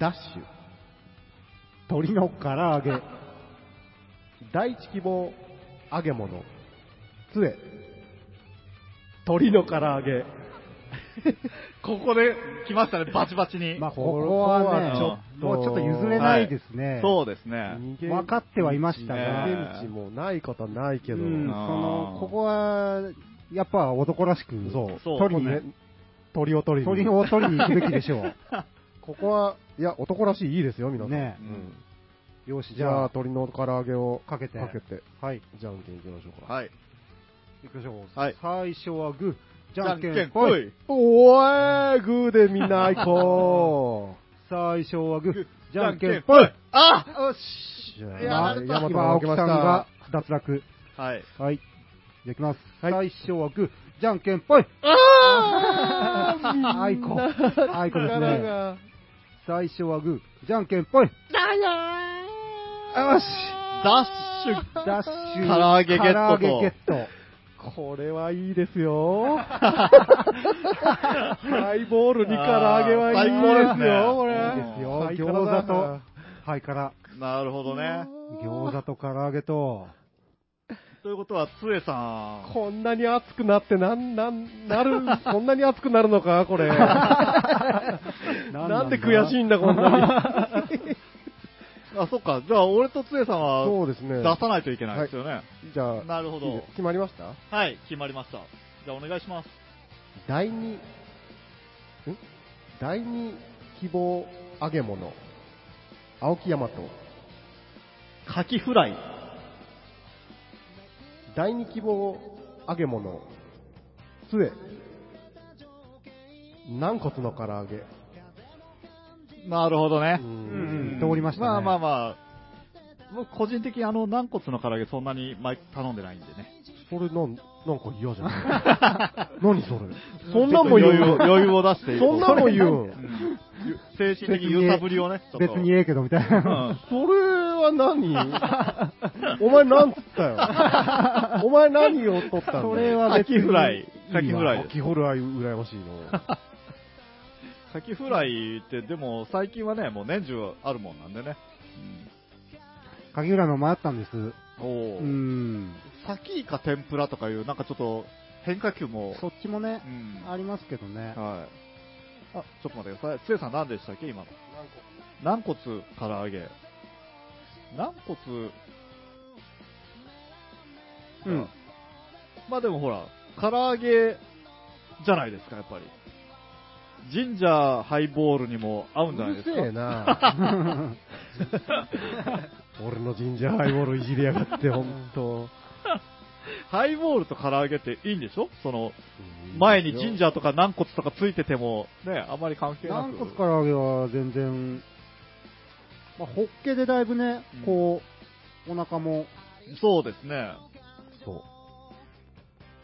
Speaker 4: ダッシュ
Speaker 5: 鶏の唐揚げ。
Speaker 4: 第一希望揚げ物杖鳥の唐揚げ
Speaker 1: ここで来ましたね、バチバチに。
Speaker 5: まあ、ここはね、
Speaker 1: ここは
Speaker 4: ちょっと
Speaker 5: もうちょっと譲れないですね。
Speaker 1: そうですね。
Speaker 5: 分かってはいましたが
Speaker 4: 逃げ道もないことはないけど、
Speaker 5: うん、そ
Speaker 1: あー
Speaker 5: の、ここは、やっぱ男らしく、
Speaker 4: そう
Speaker 1: そう
Speaker 5: 取りに、
Speaker 4: ね鳥を取りに
Speaker 5: 鳥を取りに行くべきで しょ
Speaker 4: ここはいや男らしいいいですよ皆さん、
Speaker 5: ね
Speaker 4: うん
Speaker 5: う。よし、
Speaker 4: じ
Speaker 5: じ
Speaker 4: ゃ
Speaker 5: ゃ
Speaker 4: あ
Speaker 5: あ、
Speaker 4: 鳥の唐揚げを
Speaker 5: かけて。
Speaker 4: かけて
Speaker 5: はい。
Speaker 4: じゃんけんいきましょうか
Speaker 1: はい。
Speaker 5: 行きましょう。
Speaker 1: はい
Speaker 5: 最初はグー、じ
Speaker 1: じ
Speaker 5: ゃ
Speaker 1: ゃ
Speaker 5: ん
Speaker 1: ん
Speaker 5: け
Speaker 1: け
Speaker 5: ん
Speaker 1: ん
Speaker 5: ぽ
Speaker 1: ぽ
Speaker 5: い。
Speaker 1: い。
Speaker 4: おーいグーでみんな行こ
Speaker 5: 最初はグー、じ
Speaker 1: じ
Speaker 5: ゃ
Speaker 1: ゃ
Speaker 5: ん
Speaker 1: ん
Speaker 5: け
Speaker 1: け
Speaker 5: ん
Speaker 1: ん
Speaker 5: ぽ
Speaker 1: ぽ
Speaker 5: い
Speaker 1: い。あ
Speaker 5: よし。
Speaker 4: う じゃあ
Speaker 1: いや
Speaker 5: ま
Speaker 1: な
Speaker 5: あ
Speaker 1: るほ
Speaker 4: ヤマト
Speaker 5: 今、
Speaker 4: が
Speaker 5: 青
Speaker 4: 負
Speaker 5: 木
Speaker 4: けま
Speaker 5: さん
Speaker 4: した
Speaker 5: が脱落。
Speaker 1: はい。
Speaker 5: はい。じゃあ行きます。
Speaker 4: は
Speaker 5: 最初はグー、じゃんけんぽい。
Speaker 4: あ
Speaker 5: あいこ。あいこですね。
Speaker 4: が。
Speaker 5: 最初はグー、じゃんけんぽい。よし。
Speaker 1: ダッシュ。
Speaker 5: ダッシュ。
Speaker 1: 唐揚げゲットと
Speaker 5: 唐揚げゲット。
Speaker 4: これはいいです よ。ハイボールに唐揚げはいい
Speaker 1: 最高ですね
Speaker 4: これ。
Speaker 1: いい
Speaker 5: ですよ餃子とはい、から。
Speaker 1: なるほどね。
Speaker 5: 餃子と唐揚げと、
Speaker 1: ということは、つえさん。
Speaker 4: こんなに熱くなってなん、なん、なる、 こんなに熱くなるのか、 これ。なんで悔しいんだ、こんな
Speaker 1: あ、そっか。じゃあ、俺とつえさん
Speaker 4: に。
Speaker 1: は
Speaker 4: そうですね。
Speaker 1: 出さないといけないですよね。
Speaker 4: じゃあ、
Speaker 1: なるほど
Speaker 4: いいです決まりました
Speaker 1: はい、決まりました。じゃあ、お願いします。
Speaker 4: 第二、ん第二希望揚げ物。青木大和。
Speaker 1: カキフライ。
Speaker 4: 第二希望揚げ物杖軟骨の唐揚げ
Speaker 1: なるほどね。
Speaker 5: ん通りましたね
Speaker 1: まあまあまあ。僕、個人的にあの、軟骨の唐揚げそんなに毎頼んでないんでね。
Speaker 4: それなんなんか嫌じゃない 何それそ
Speaker 1: ちょっ
Speaker 4: んなん
Speaker 1: と
Speaker 4: も言
Speaker 1: 余裕を
Speaker 4: う
Speaker 1: 余裕を出していこ
Speaker 4: そんなもん言
Speaker 1: う
Speaker 4: うん
Speaker 1: ゆ精神的揺さぶりをね、ちょっと。
Speaker 5: 別にええけど、みたいな。
Speaker 1: うん
Speaker 4: それは何 お前なんつったよお前何を取ったんだよ
Speaker 5: それは
Speaker 1: カキフライ。
Speaker 5: 別
Speaker 1: カ
Speaker 5: に
Speaker 1: キ
Speaker 5: いいわ
Speaker 1: フライ
Speaker 4: 秋ホルアイ羨ましいの
Speaker 1: カキフライって、でも最近はね、もう年中あるもんなんでね。
Speaker 5: 鍵裏の迷ったんです。
Speaker 1: おお
Speaker 5: う
Speaker 1: ー。
Speaker 5: ん。
Speaker 1: サキか天ぷらとかいう、なんかちょっと変化球も。
Speaker 5: そっちもね
Speaker 1: う、ん。
Speaker 5: ありますけどね。
Speaker 1: はい。あ、ちょっと待ってください。つえさん何でしたっけ、今の。軟骨唐揚げ。軟骨、
Speaker 5: うん。
Speaker 1: まあでもほら、唐揚げじゃないですか、やっぱり。ジンジャーハイボールにも合うんじゃな
Speaker 4: う
Speaker 1: い
Speaker 4: る
Speaker 1: で
Speaker 4: せ
Speaker 1: すか。
Speaker 4: えな俺のジンジャーハイボールいじりやがって本当
Speaker 1: ハイボールと唐揚げっていいんでしょその、前にジンジャーとか軟骨とかついてても、ね、あまり関係なく。
Speaker 5: 軟骨唐揚げは全然、まあ、ホッケでだいぶね
Speaker 1: うん、
Speaker 5: こう、お腹も、
Speaker 1: そうですね。
Speaker 4: そう。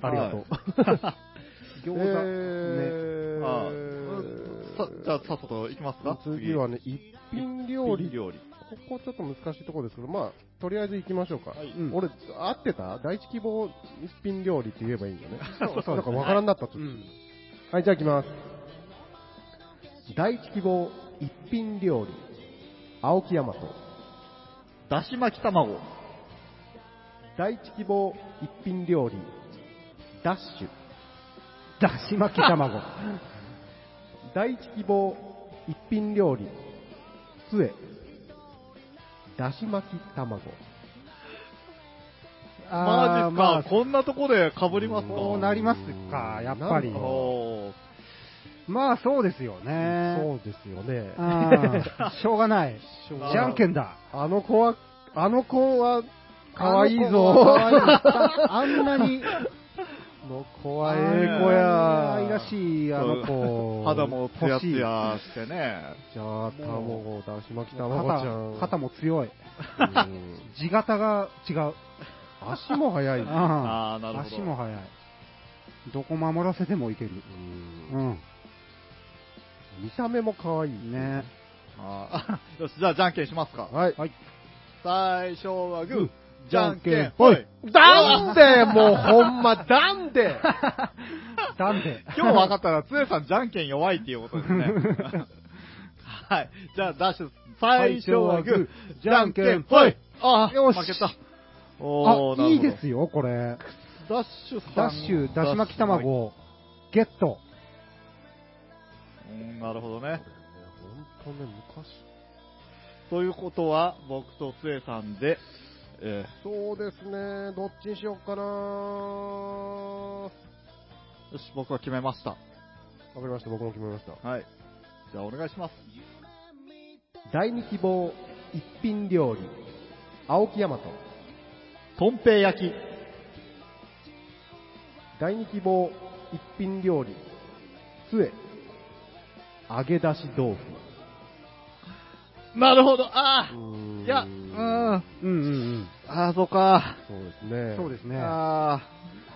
Speaker 4: ありがとう。
Speaker 5: 餃子、ね。
Speaker 4: えー
Speaker 1: あーさじゃあ、さっさと行きますか
Speaker 4: 次はね、一品料理
Speaker 1: 料理。
Speaker 4: こちょっと難しいところですけど、まあ、とりあえず行きましょうか。
Speaker 1: はい
Speaker 5: うん
Speaker 4: 俺、合ってた第一希望一品料理って言えばいいんだよね。
Speaker 5: そうそう
Speaker 4: なんかわからんなったと、
Speaker 5: うん。
Speaker 4: はい、じゃあ行きます。第一希望一品料理。青木大和。
Speaker 1: だし巻き卵。
Speaker 4: 第一希望一品料理。ダッシュ。
Speaker 5: だし巻き卵。
Speaker 4: 第一希望一品料理。杖。だし巻き卵。
Speaker 1: マ
Speaker 5: あー
Speaker 1: ジ
Speaker 5: ま
Speaker 1: か、
Speaker 5: あ
Speaker 1: こんなとこで被りますか。
Speaker 5: そうなりますか、やっぱり
Speaker 4: な。んか
Speaker 1: おー
Speaker 5: まあそうですよね。
Speaker 4: そうですよね。
Speaker 5: あーしょうがない。
Speaker 4: しょう
Speaker 5: じ
Speaker 4: がない
Speaker 5: ゃんけんだ。
Speaker 4: あの子は、あの子は、可愛い
Speaker 5: あの子
Speaker 4: ぞ。
Speaker 5: は可愛いあんなに、
Speaker 4: の子は
Speaker 5: あ
Speaker 4: え
Speaker 5: んな
Speaker 4: え
Speaker 5: に
Speaker 4: 子や。
Speaker 5: 愛らしいあの子。
Speaker 1: 肌もツヤツ
Speaker 5: 欲しい。
Speaker 1: ヤしてね。
Speaker 4: じゃあ、卵、だし巻き卵ちゃん。
Speaker 5: 肩、肩も強い。
Speaker 4: うん
Speaker 5: 地形が違う。
Speaker 4: 足も速い。うん
Speaker 5: あ
Speaker 1: ああ、なる
Speaker 5: あ
Speaker 1: ほど。
Speaker 5: 足も速い。どこ守らせてもいける。うん。
Speaker 4: 見た目も可愛い。
Speaker 5: ね
Speaker 1: あー よし、じゃあ、じゃんけんしますか。
Speaker 4: はい。
Speaker 5: はい。
Speaker 1: 最初はグー、じ
Speaker 4: じ
Speaker 1: ゃ
Speaker 4: ゃ
Speaker 1: ん
Speaker 4: ん
Speaker 1: け
Speaker 4: け
Speaker 1: ん
Speaker 4: ん、
Speaker 1: ほ
Speaker 4: ほ
Speaker 1: い
Speaker 4: い。なんで、もうほんま、なんで。
Speaker 5: なんで
Speaker 1: 今日分かったら、つえさん、じゃんけん弱いっていうことです ね。はい。じゃあ、ダッシュ、最初はグー、じゃんけん、ほい。ああ、
Speaker 5: よし
Speaker 1: 負けた。おー、
Speaker 5: あ、
Speaker 1: ないる
Speaker 5: い
Speaker 1: ほど
Speaker 5: ですよ、これ。
Speaker 1: ダッシュさん
Speaker 5: ダッシュ、だし巻き卵。をゲット。
Speaker 1: うん、なるほどね。
Speaker 4: ほんとね、昔。
Speaker 1: ということは、僕とつえさんで、え
Speaker 4: そうですね、どっちにしようかなわ
Speaker 1: ーよし、僕は決めました。
Speaker 4: かりました、僕も決めました。
Speaker 1: はい。じゃあ、お願いします。
Speaker 4: 第二希望、一品料理。青木大和。
Speaker 1: とんぺい焼き。
Speaker 4: 第二希望、一品料理。杖。揚げ出し豆腐。
Speaker 1: なるほど。ああ、
Speaker 4: い
Speaker 1: いや、うん。
Speaker 5: うんうんうん。
Speaker 1: ああ、そうか。
Speaker 4: そうですね。
Speaker 5: そうですね。
Speaker 1: あ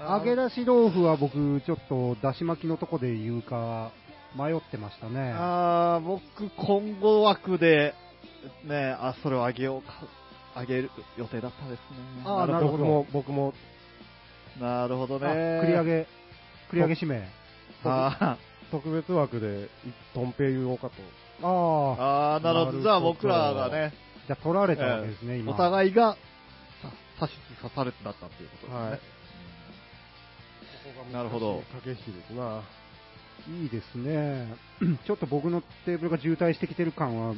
Speaker 1: あ、
Speaker 5: 揚げ出し豆腐は僕、ちょっと、だし巻きのとこで言うか、迷ってましたね。
Speaker 1: ああ、僕、今後枠で、ね、あ、それをあげようか、あげる予定だったですね。
Speaker 5: あーなるほど
Speaker 4: 僕も、僕も、
Speaker 1: なるほどね。
Speaker 5: あ繰り上。げ、繰り上げ指名。
Speaker 1: あ
Speaker 4: 特別枠で、とんぺい言おうかと。
Speaker 1: ー
Speaker 5: ああ、
Speaker 1: あー、なるほ
Speaker 4: なるほ
Speaker 1: ど。
Speaker 4: ど
Speaker 1: じゃあ僕らがね、
Speaker 5: じゃあ取られたわけですね、
Speaker 1: えー
Speaker 5: 今。
Speaker 1: お互いが、さ刺し刺されてだったっていうことですね。
Speaker 4: はい。
Speaker 1: なるほど
Speaker 4: 駆け引きですな。
Speaker 5: いいですね。 ちょっと僕のテーブルが渋滞してきてる感は、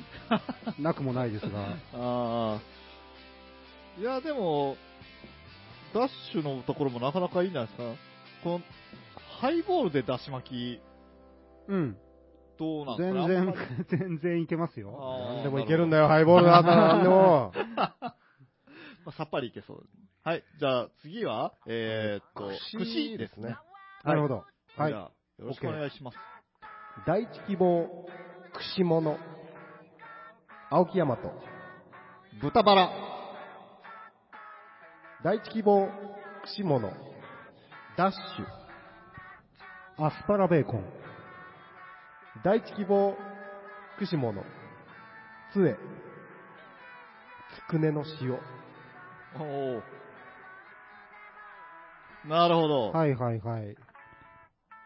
Speaker 5: なくもないですが。
Speaker 1: ああ。いや、でも、ダッシュのところもなかなかいいんじゃないですか。この、ハイボールでだし巻き、
Speaker 5: うん。
Speaker 1: どうなんです
Speaker 5: 全
Speaker 1: かね
Speaker 5: 然、 全然いけますよ。
Speaker 1: あ
Speaker 4: な
Speaker 1: ー
Speaker 4: んでもいけるんだ
Speaker 1: な
Speaker 4: よ、ハイボールだったらなんで
Speaker 1: ほ
Speaker 4: も。
Speaker 1: どまあさっぱりいけそう。はい。じゃあ次は、えー、っと、串ですね。。
Speaker 5: なるほど。
Speaker 4: はい
Speaker 1: じゃあ、よろしくお願いします。
Speaker 4: 第一希望、串物。青木大和。
Speaker 1: 豚バラ、
Speaker 4: 第一希望、串物。ダッシュ。
Speaker 5: アスパラベーコン。
Speaker 4: 第一希望、串物。杖。つくねの塩。
Speaker 1: おーなるほど。
Speaker 5: はいはいはい。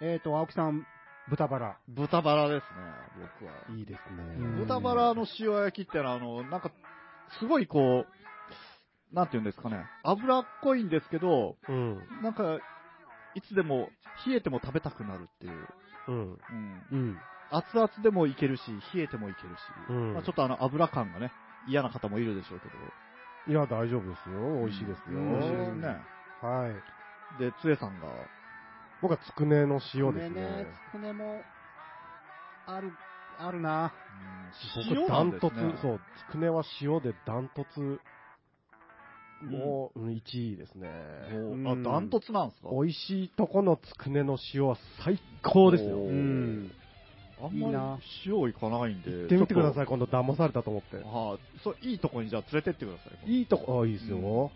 Speaker 5: えっ、ー、と、青木さん、豚バラ。
Speaker 1: 豚バラですね、僕は。
Speaker 4: いいです
Speaker 5: うん
Speaker 1: 豚バラの塩焼きってのは、あの、なんか、すごいこう、なんて言うんですかね、脂っこいんですけど、
Speaker 4: うん。
Speaker 1: なんか、いつでも、冷えても食べたくなるっていう。
Speaker 4: うん。
Speaker 1: うん。
Speaker 5: うん。
Speaker 1: 熱々でもいけるし、冷えてもいけるし。
Speaker 4: うん
Speaker 1: まあちょっとあの、油感がね、嫌な方もいるでしょうけど。
Speaker 4: いや、大丈夫ですよ。美味しいですよ。
Speaker 5: うん美味しいです
Speaker 1: ね。
Speaker 4: はい。
Speaker 1: で、つえさんが、
Speaker 4: 僕はつくねの塩ですね。
Speaker 5: つくねも、ある、あるな。
Speaker 1: うん
Speaker 4: 僕、
Speaker 1: 塩
Speaker 4: ダ
Speaker 1: なん
Speaker 4: ン
Speaker 1: で
Speaker 4: ト
Speaker 1: す
Speaker 4: ツ
Speaker 1: ね。、
Speaker 4: そう、つくねは塩でダントツ、もう、うん、1位ですね。
Speaker 1: おあ、
Speaker 5: うん
Speaker 1: ダントツなんですか
Speaker 4: 美味しいとこのつくねの塩は最高ですよ
Speaker 1: お
Speaker 5: う。
Speaker 1: ー
Speaker 5: ん。
Speaker 1: あん
Speaker 5: いい
Speaker 1: ま
Speaker 5: な
Speaker 1: り塩いかないんで。
Speaker 4: 行ってみてくだ
Speaker 1: い。
Speaker 4: さい、今度騙されたと思って。
Speaker 1: はい、そう、いいとこにじゃあ連れてってください。
Speaker 4: いいとこ、あ、いいですよ。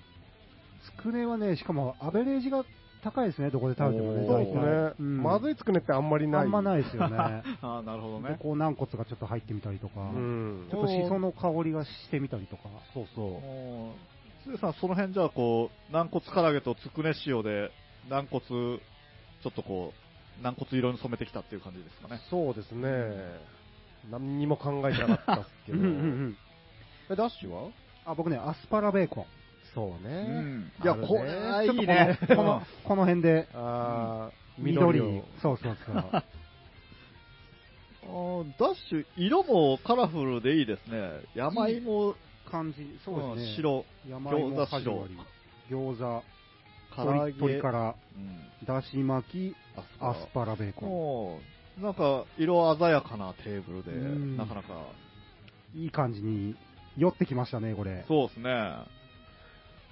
Speaker 5: つくねはね、しかもアベレージが高いですね、どこで食べてもね。
Speaker 4: そうですね
Speaker 5: 大体。うん
Speaker 4: まずいつくねってあんまりない。
Speaker 5: あんまないですよね。
Speaker 1: ああ、なるほどね。
Speaker 5: こう軟骨がちょっと入ってみたりとか、
Speaker 4: うん
Speaker 5: ち。ょっとしその香りがしてみたりとか。
Speaker 1: そうそう。すずさん、その辺じゃあ、こう、軟骨唐揚げとつくね塩で、軟骨、ちょっとこう、軟骨色に染めてきたっていう感じですかね。
Speaker 4: そうですね。何にも考えてなかったっすけ
Speaker 5: うん
Speaker 4: ど
Speaker 5: うんう。ん
Speaker 4: え、ダッシュは
Speaker 5: あ僕ね、アスパラベーコン。
Speaker 4: そう
Speaker 1: う
Speaker 4: ね。
Speaker 1: いや、
Speaker 4: あるね
Speaker 1: これはいい
Speaker 5: ちょ
Speaker 1: ね
Speaker 5: っ。とこのこのこの辺で、
Speaker 4: あー
Speaker 5: 緑
Speaker 4: を
Speaker 5: そうそうそう。
Speaker 1: うんあーダッシュ、色もカラフルでいいですね。山芋、
Speaker 5: 感じ、そうです
Speaker 1: うん
Speaker 5: ね。。
Speaker 1: 白、
Speaker 5: 山芋
Speaker 1: 餃子
Speaker 5: 始まり。餃子、
Speaker 1: 唐揚げ、
Speaker 5: 鶏鶏から、
Speaker 1: うん、
Speaker 5: だし巻き、
Speaker 1: アスパ
Speaker 5: ア
Speaker 1: ラ
Speaker 5: スパラベーコ
Speaker 1: もう、なんか、色鮮やかなテーブルで、
Speaker 5: うん
Speaker 1: なかなか、
Speaker 5: ン。いい感じに寄ってきましたね、これ。
Speaker 1: そうですね。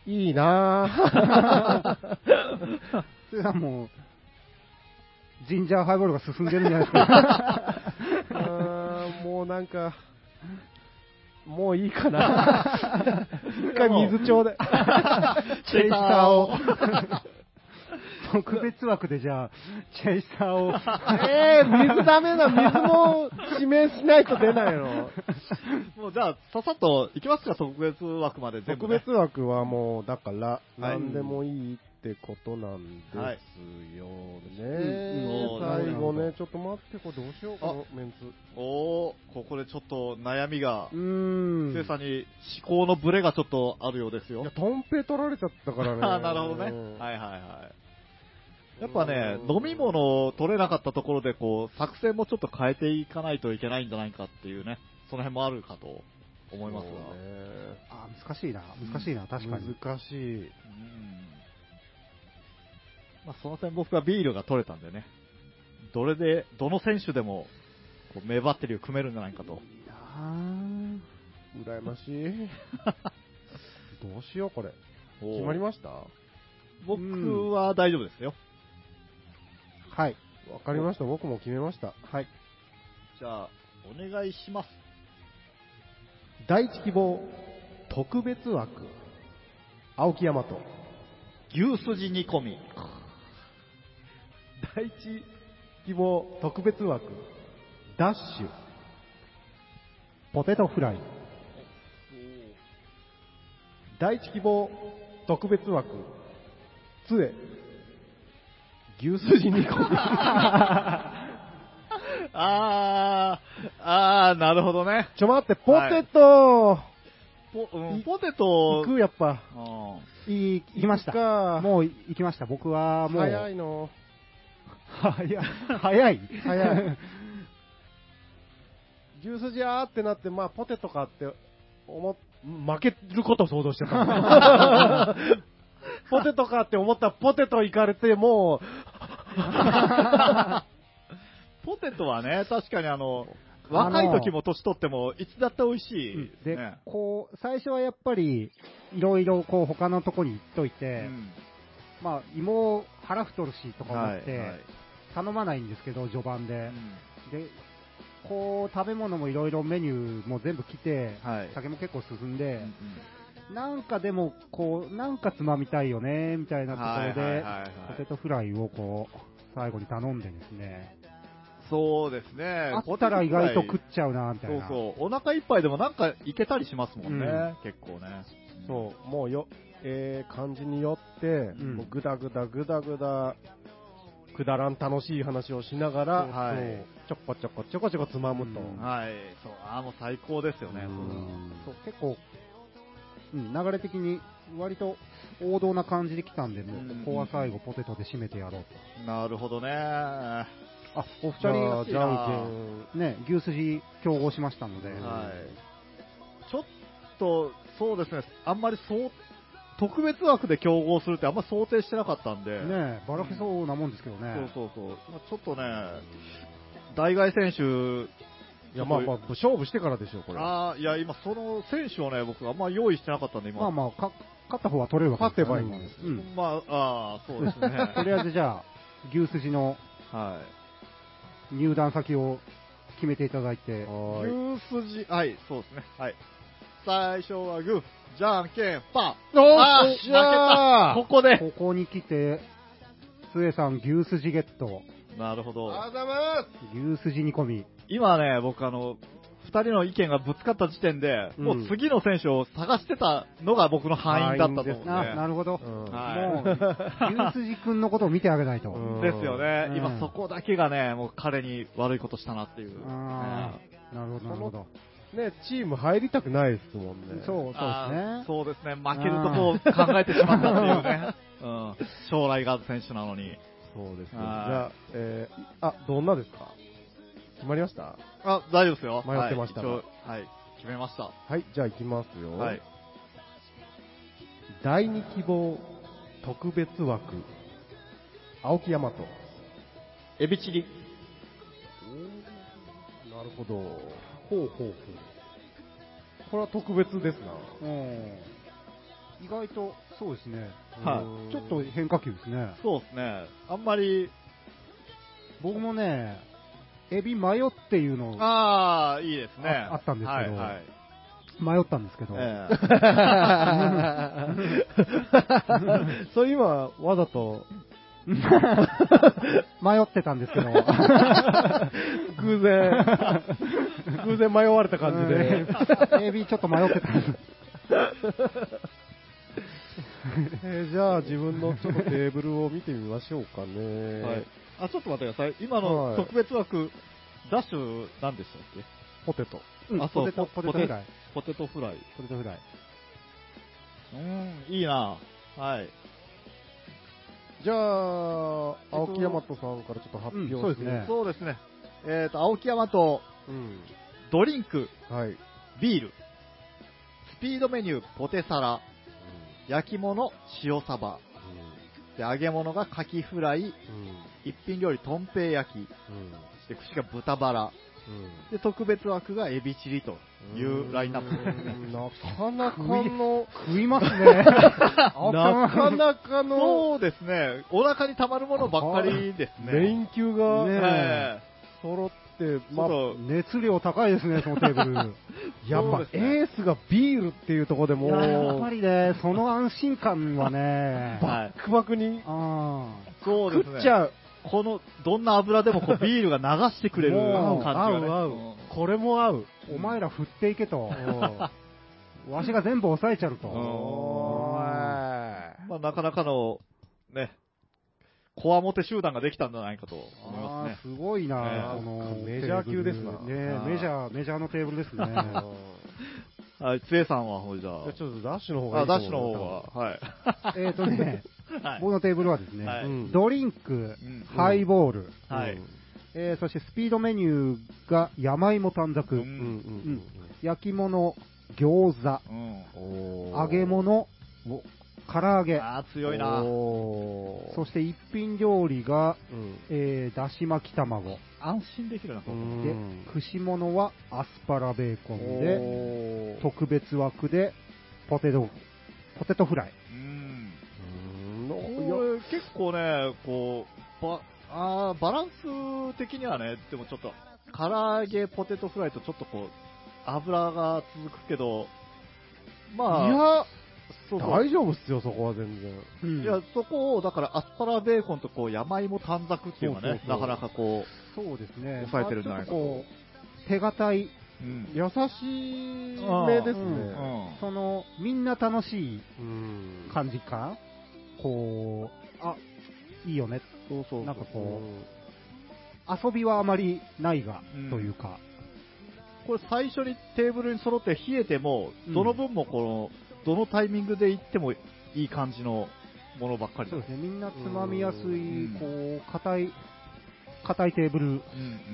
Speaker 4: いいな
Speaker 5: それはもう、ジンジャーハイボールが進んでるんじゃないですか。
Speaker 4: ぁあーもうなんか、もういい かな一回水ちょうだい。
Speaker 1: チェイサーを。
Speaker 5: 特別枠でじゃあ、チェイサー を。
Speaker 4: えー、水ダメだ。水も指名しないと出ない の。
Speaker 1: もうじゃあ、さっさと行きますか、特別枠まで全
Speaker 4: 特
Speaker 1: 部、ね。
Speaker 4: 別枠はもう、だから、
Speaker 1: はい
Speaker 4: 何でもいいってことなんですよね。
Speaker 1: はい
Speaker 4: 最後
Speaker 5: うん
Speaker 4: ね、ちょっと待って、これどうしようかな、メンツ。
Speaker 1: おー、ここでちょっと悩みが
Speaker 5: う、ーん。
Speaker 1: 生さんに思考のブレがちょっとあるようです
Speaker 4: い
Speaker 1: よ
Speaker 4: や、。トンペ取られちゃったからね。
Speaker 1: あ なるほどね。はいはいはい。やっぱね、飲み物を取れなかったところで、こう、作戦もちょっと変えていかないといけないんじゃないかっていうね、その辺もあるかと思いますが。
Speaker 4: そうね
Speaker 5: あ、難しいな。難しいな、確かに。
Speaker 4: 難しい。
Speaker 1: うんまあ、その点僕はビールが取れたんでね、どれで、どの選手でも、こう、名バッテリーを組めるんじゃないかと。
Speaker 5: あ
Speaker 4: 羨ま しい。どうしよう、これ。決
Speaker 1: 決
Speaker 4: まりましたわ
Speaker 1: 僕は大丈夫ですよ。
Speaker 5: ーはい。
Speaker 4: かりました、僕も決めました。
Speaker 5: はい。
Speaker 1: じゃあ、お願いします。
Speaker 4: 第一希望、特別枠。青木大和。
Speaker 1: 牛すじ煮込み。
Speaker 4: 第一希望特別枠ダッシュ
Speaker 5: ポテトフライ。
Speaker 4: 第一希望特別枠杖牛すじ 煮込み
Speaker 1: あー、あー、なるほどね。
Speaker 4: ちょ待ってポテト、
Speaker 1: ポ,うん、
Speaker 4: い
Speaker 1: ポテ
Speaker 4: 行
Speaker 1: ト、
Speaker 4: くやっぱ
Speaker 1: うん
Speaker 5: いい、行きまし
Speaker 4: 行く
Speaker 5: た。
Speaker 4: か
Speaker 5: もう行きました。僕はもう。
Speaker 4: 早いの
Speaker 5: 早い。早い。
Speaker 4: 早い 牛すじあーってなってまあポテトかって思っ負けることを想像してたポテトかって思ったらポテト行かれても
Speaker 1: ポテトはね、確かにあの、
Speaker 5: あの
Speaker 1: 若い時も年取っても、いつだって美味しい
Speaker 5: で、
Speaker 1: ね。
Speaker 5: こう、最初はやっぱり、いろいろこう、他のとこに行っといて、
Speaker 1: うん
Speaker 5: まあ、芋を腹太るしとか
Speaker 1: は
Speaker 5: 思
Speaker 1: い
Speaker 5: って、
Speaker 1: はい
Speaker 5: 頼まないんですけど、序盤
Speaker 1: う
Speaker 5: で。
Speaker 1: ん
Speaker 5: で、こう、食べ物もいろいろメニューも全部来て、
Speaker 1: はい
Speaker 5: 酒も結構進んで、
Speaker 1: うんうん
Speaker 5: なんかでも、こう、なんかつまみたいよね、みたいなところで、
Speaker 1: はいはいはいはい
Speaker 5: ポテトフライをこう、最後に頼んでですね、
Speaker 1: そうですね。
Speaker 5: あったら意外と食っ
Speaker 1: ち
Speaker 5: ちゃうな、みたい
Speaker 1: そう
Speaker 5: な。
Speaker 1: そう。お腹いっぱいでもなんかいけたりしますもんね。
Speaker 5: うん
Speaker 1: 結構ね。
Speaker 4: そう、もうよ、えー、感じによって、
Speaker 5: ん
Speaker 4: もうぐだぐだぐだぐだ、くだらん楽しい話をしながら、
Speaker 1: はい
Speaker 4: そうちょこちょこちょこちょこつまむと。
Speaker 5: うん
Speaker 1: はい。そう。ああ、もう最高ですよね。
Speaker 5: うんそう結構、うん、流れ的に割と王道な感じで来たんで、もうここは最後ポテトで締めてやろう
Speaker 1: なるほどね。は
Speaker 5: と。あ、お二
Speaker 4: じゃあ、
Speaker 5: 人
Speaker 4: じゃん
Speaker 5: ね、牛すじ競合しましたので、
Speaker 1: い。ちょっと、そうですね。あんまりそう、特別枠で競合するってあんま想定してなかったんで。
Speaker 5: ね、ばらけそうなもんですけどね。
Speaker 1: そうそうそう。まあちょっとね、代替選手、
Speaker 4: けん。いや、まあまあ、勝負してからでしょ、これ。
Speaker 1: ああ、いや、今、その選手をね、僕、あんま用意してなかったんで、今。
Speaker 5: まあまあ、か勝った方は取れるわけですからね
Speaker 4: 勝てばいいんです
Speaker 5: うん。。
Speaker 1: まあ、ああ、そうですね
Speaker 5: とりあえずじゃあ、牛すじの
Speaker 1: は。
Speaker 5: 入団先を決めていただいて、
Speaker 4: はい
Speaker 1: 牛すじ、はい、そうですね。はい。最初はグー、じゃんけん、パー。
Speaker 4: お
Speaker 1: あー
Speaker 4: よっしゃー
Speaker 1: 負けた。ここで。
Speaker 5: ここに来て、末さん、牛すじゲット。
Speaker 1: なるほど。
Speaker 4: あざま
Speaker 5: 牛すじ煮込み。
Speaker 1: 今ね、僕あの、二人の意見がぶつかった時点で、
Speaker 5: うん
Speaker 1: もう次の選手を探してたのが僕の敗因だったと思うんで。
Speaker 5: あ、なるほど
Speaker 4: す。。うん
Speaker 1: はい
Speaker 5: もう、牛すじくんのことを見てあげないと。
Speaker 4: うん
Speaker 1: ですよね、
Speaker 5: うん
Speaker 1: 今そこだけがね、もう彼に悪いことしたなっていう。
Speaker 5: あーなるほど、なるほど。
Speaker 4: ね、チーム入りたくないですもんね。
Speaker 5: そう、そうです
Speaker 1: あ
Speaker 5: ね
Speaker 1: ー。そうですね、負けるとこを考えてしまったっていうね、うん、将来がある選手なのに。
Speaker 4: そうですね。じ
Speaker 1: はい
Speaker 4: ゃあ、えー、あ、どんなですか決まりました
Speaker 1: あ、大丈夫ですよ。
Speaker 4: 迷ってました
Speaker 1: はい、一応はい決めました。
Speaker 4: はい、じゃあ行きますよ。
Speaker 1: はい。
Speaker 4: 第二希望特別枠、青木大和。な
Speaker 1: エビチリ。
Speaker 4: るほど。ほうほうほう。これは特別ですな。
Speaker 5: うん意外と、そうですね。
Speaker 1: は
Speaker 4: うーん
Speaker 5: ちょっと変化球ですね。
Speaker 1: そうですね。あんまり、
Speaker 5: 僕もね、エビマヨっていうのを
Speaker 1: ああ、いいですね。
Speaker 5: ああったんですけど
Speaker 1: はい、はい。
Speaker 5: 迷ったんですけど、
Speaker 1: え
Speaker 4: それ今、わざと
Speaker 5: 迷ってたん ですけど、
Speaker 4: 偶然、偶然迷われた感じで。
Speaker 5: うんエビちょっと迷ってたんです。
Speaker 4: えーじゃあ自分のちょっとテーブルを見てみましょうかね。
Speaker 1: えはい。あ、ちょっと待ってください。今の特別枠、ダッシュ、なんでしたっけ
Speaker 4: ポテト。
Speaker 5: うん
Speaker 1: あそう
Speaker 5: ポテト、ポ
Speaker 1: ポ
Speaker 5: テトフライ。
Speaker 1: ポテトフライ。
Speaker 5: ポテトフライ。
Speaker 1: うーん、いいなはい。
Speaker 4: じゃあ、青木大和さんからちょっと発表
Speaker 5: うんそうですね
Speaker 1: そうですね。えっ、と、青木山と、
Speaker 4: うん
Speaker 1: ドリンク、
Speaker 4: はい。
Speaker 1: ビール、スピードメニュー、ポテサラ、焼き物、塩サバ、で揚げ物がカキフライ、
Speaker 4: うんうん
Speaker 1: 一品料理、とんぺい焼き、
Speaker 4: うん
Speaker 1: で串が豚バラ、で特別枠がエビチリとい
Speaker 4: うん
Speaker 1: うラインナップですね。
Speaker 4: なかな かの、
Speaker 5: 食いますね。な
Speaker 4: なかなかの、
Speaker 1: そうですね、お腹にたまるものばっかりですね。
Speaker 4: 連休が
Speaker 5: ね
Speaker 1: え
Speaker 4: 揃って、
Speaker 1: えち
Speaker 4: ま
Speaker 1: ょ
Speaker 4: あ
Speaker 1: っ、と
Speaker 5: 熱量高いですね、そのテー ブル。
Speaker 4: やっ
Speaker 1: そう
Speaker 4: ぱ
Speaker 1: ですね
Speaker 4: エースがビールっていうところでも
Speaker 5: やっぱ
Speaker 4: う、
Speaker 5: りね、その安心感はね、
Speaker 1: はい
Speaker 4: バックバクに
Speaker 5: あ
Speaker 1: そうです
Speaker 4: 食
Speaker 1: ね。
Speaker 4: っちゃう。
Speaker 1: この、どんな油でもこうビールが流してくれる
Speaker 4: も
Speaker 1: 感
Speaker 4: う
Speaker 1: じがね。
Speaker 4: 合う合う
Speaker 1: うん。
Speaker 4: これも合う。
Speaker 5: ーお前ら振っていけと
Speaker 4: う。ん
Speaker 5: わしが全部抑えちゃうと。
Speaker 1: お
Speaker 5: うん
Speaker 1: まあ、なかなかの、ね、こわもて集団ができたんじゃないかと思います
Speaker 5: あ
Speaker 1: ね
Speaker 5: ー。すごいな、
Speaker 1: ええ
Speaker 5: この
Speaker 4: メジャー級ですな
Speaker 1: あ
Speaker 5: ね
Speaker 1: ー
Speaker 5: メジャー、メジャーのテーブル ですね。
Speaker 1: はい、つえさんは、ほいじゃ
Speaker 4: じゃあちょっとダッシュの方
Speaker 1: あ。
Speaker 4: がい
Speaker 1: あ、
Speaker 4: い
Speaker 1: ダッシ
Speaker 4: と思う
Speaker 1: ュの方は、 はい。
Speaker 5: えっとね、
Speaker 1: はい。
Speaker 5: 僕のテーブルはですね、
Speaker 1: はい
Speaker 4: うん
Speaker 5: ドリンク、
Speaker 1: うん
Speaker 5: ハイボール、
Speaker 1: はい
Speaker 4: うん
Speaker 5: えーそしてスピードメニューが山芋短冊、
Speaker 1: う
Speaker 4: うん
Speaker 1: ん。
Speaker 4: うん
Speaker 5: 焼き物、餃子、
Speaker 1: うん。
Speaker 4: うん
Speaker 5: 揚げ物、唐揚げ、
Speaker 1: ああ、強いな。
Speaker 4: おー
Speaker 5: そして一品料理が、
Speaker 4: うん
Speaker 5: えーだし巻き卵。
Speaker 1: 安心できるな、これ。
Speaker 5: で、串物はアスパラベーコンで、
Speaker 1: おー
Speaker 5: 特別枠でポテト、ポテトフライ。
Speaker 1: うん。
Speaker 4: うん
Speaker 1: これ
Speaker 4: お
Speaker 1: 結構ね、こう、ば、あーバランス的にはね、でもちょっと、唐揚げ、ポテトフライとちょっとこう、油が続くけど、まあ、
Speaker 4: いや、
Speaker 1: そうそう
Speaker 4: 大丈夫っすよ、そこは全然。
Speaker 1: いや、そこを、だから、アスパラベーコンとこう、山芋短冊っていうのがね、
Speaker 4: そうそうそう
Speaker 1: なかなかこ
Speaker 5: そうですね。
Speaker 1: 抑えてるんじゃないか
Speaker 5: まあちょっとこう、手堅い、
Speaker 1: う、うん。
Speaker 4: 優しめです
Speaker 1: う
Speaker 4: ね。
Speaker 1: ん
Speaker 5: その、みんな楽しい
Speaker 4: うん
Speaker 5: 感じか、こう、あ、いいよね。
Speaker 1: そうそう。
Speaker 5: なんか
Speaker 4: う
Speaker 5: こう、
Speaker 4: ん
Speaker 5: 遊びはあまりないが、
Speaker 1: うん
Speaker 5: というか。
Speaker 1: これ最初にテーブルに揃って冷えても、どの分もこの、どのタイミングで行ってもいい感じのものばっかりだ
Speaker 5: そうですね、みんなつまみやすい、
Speaker 1: うん
Speaker 5: こう、硬い、硬いテーブル。
Speaker 1: うん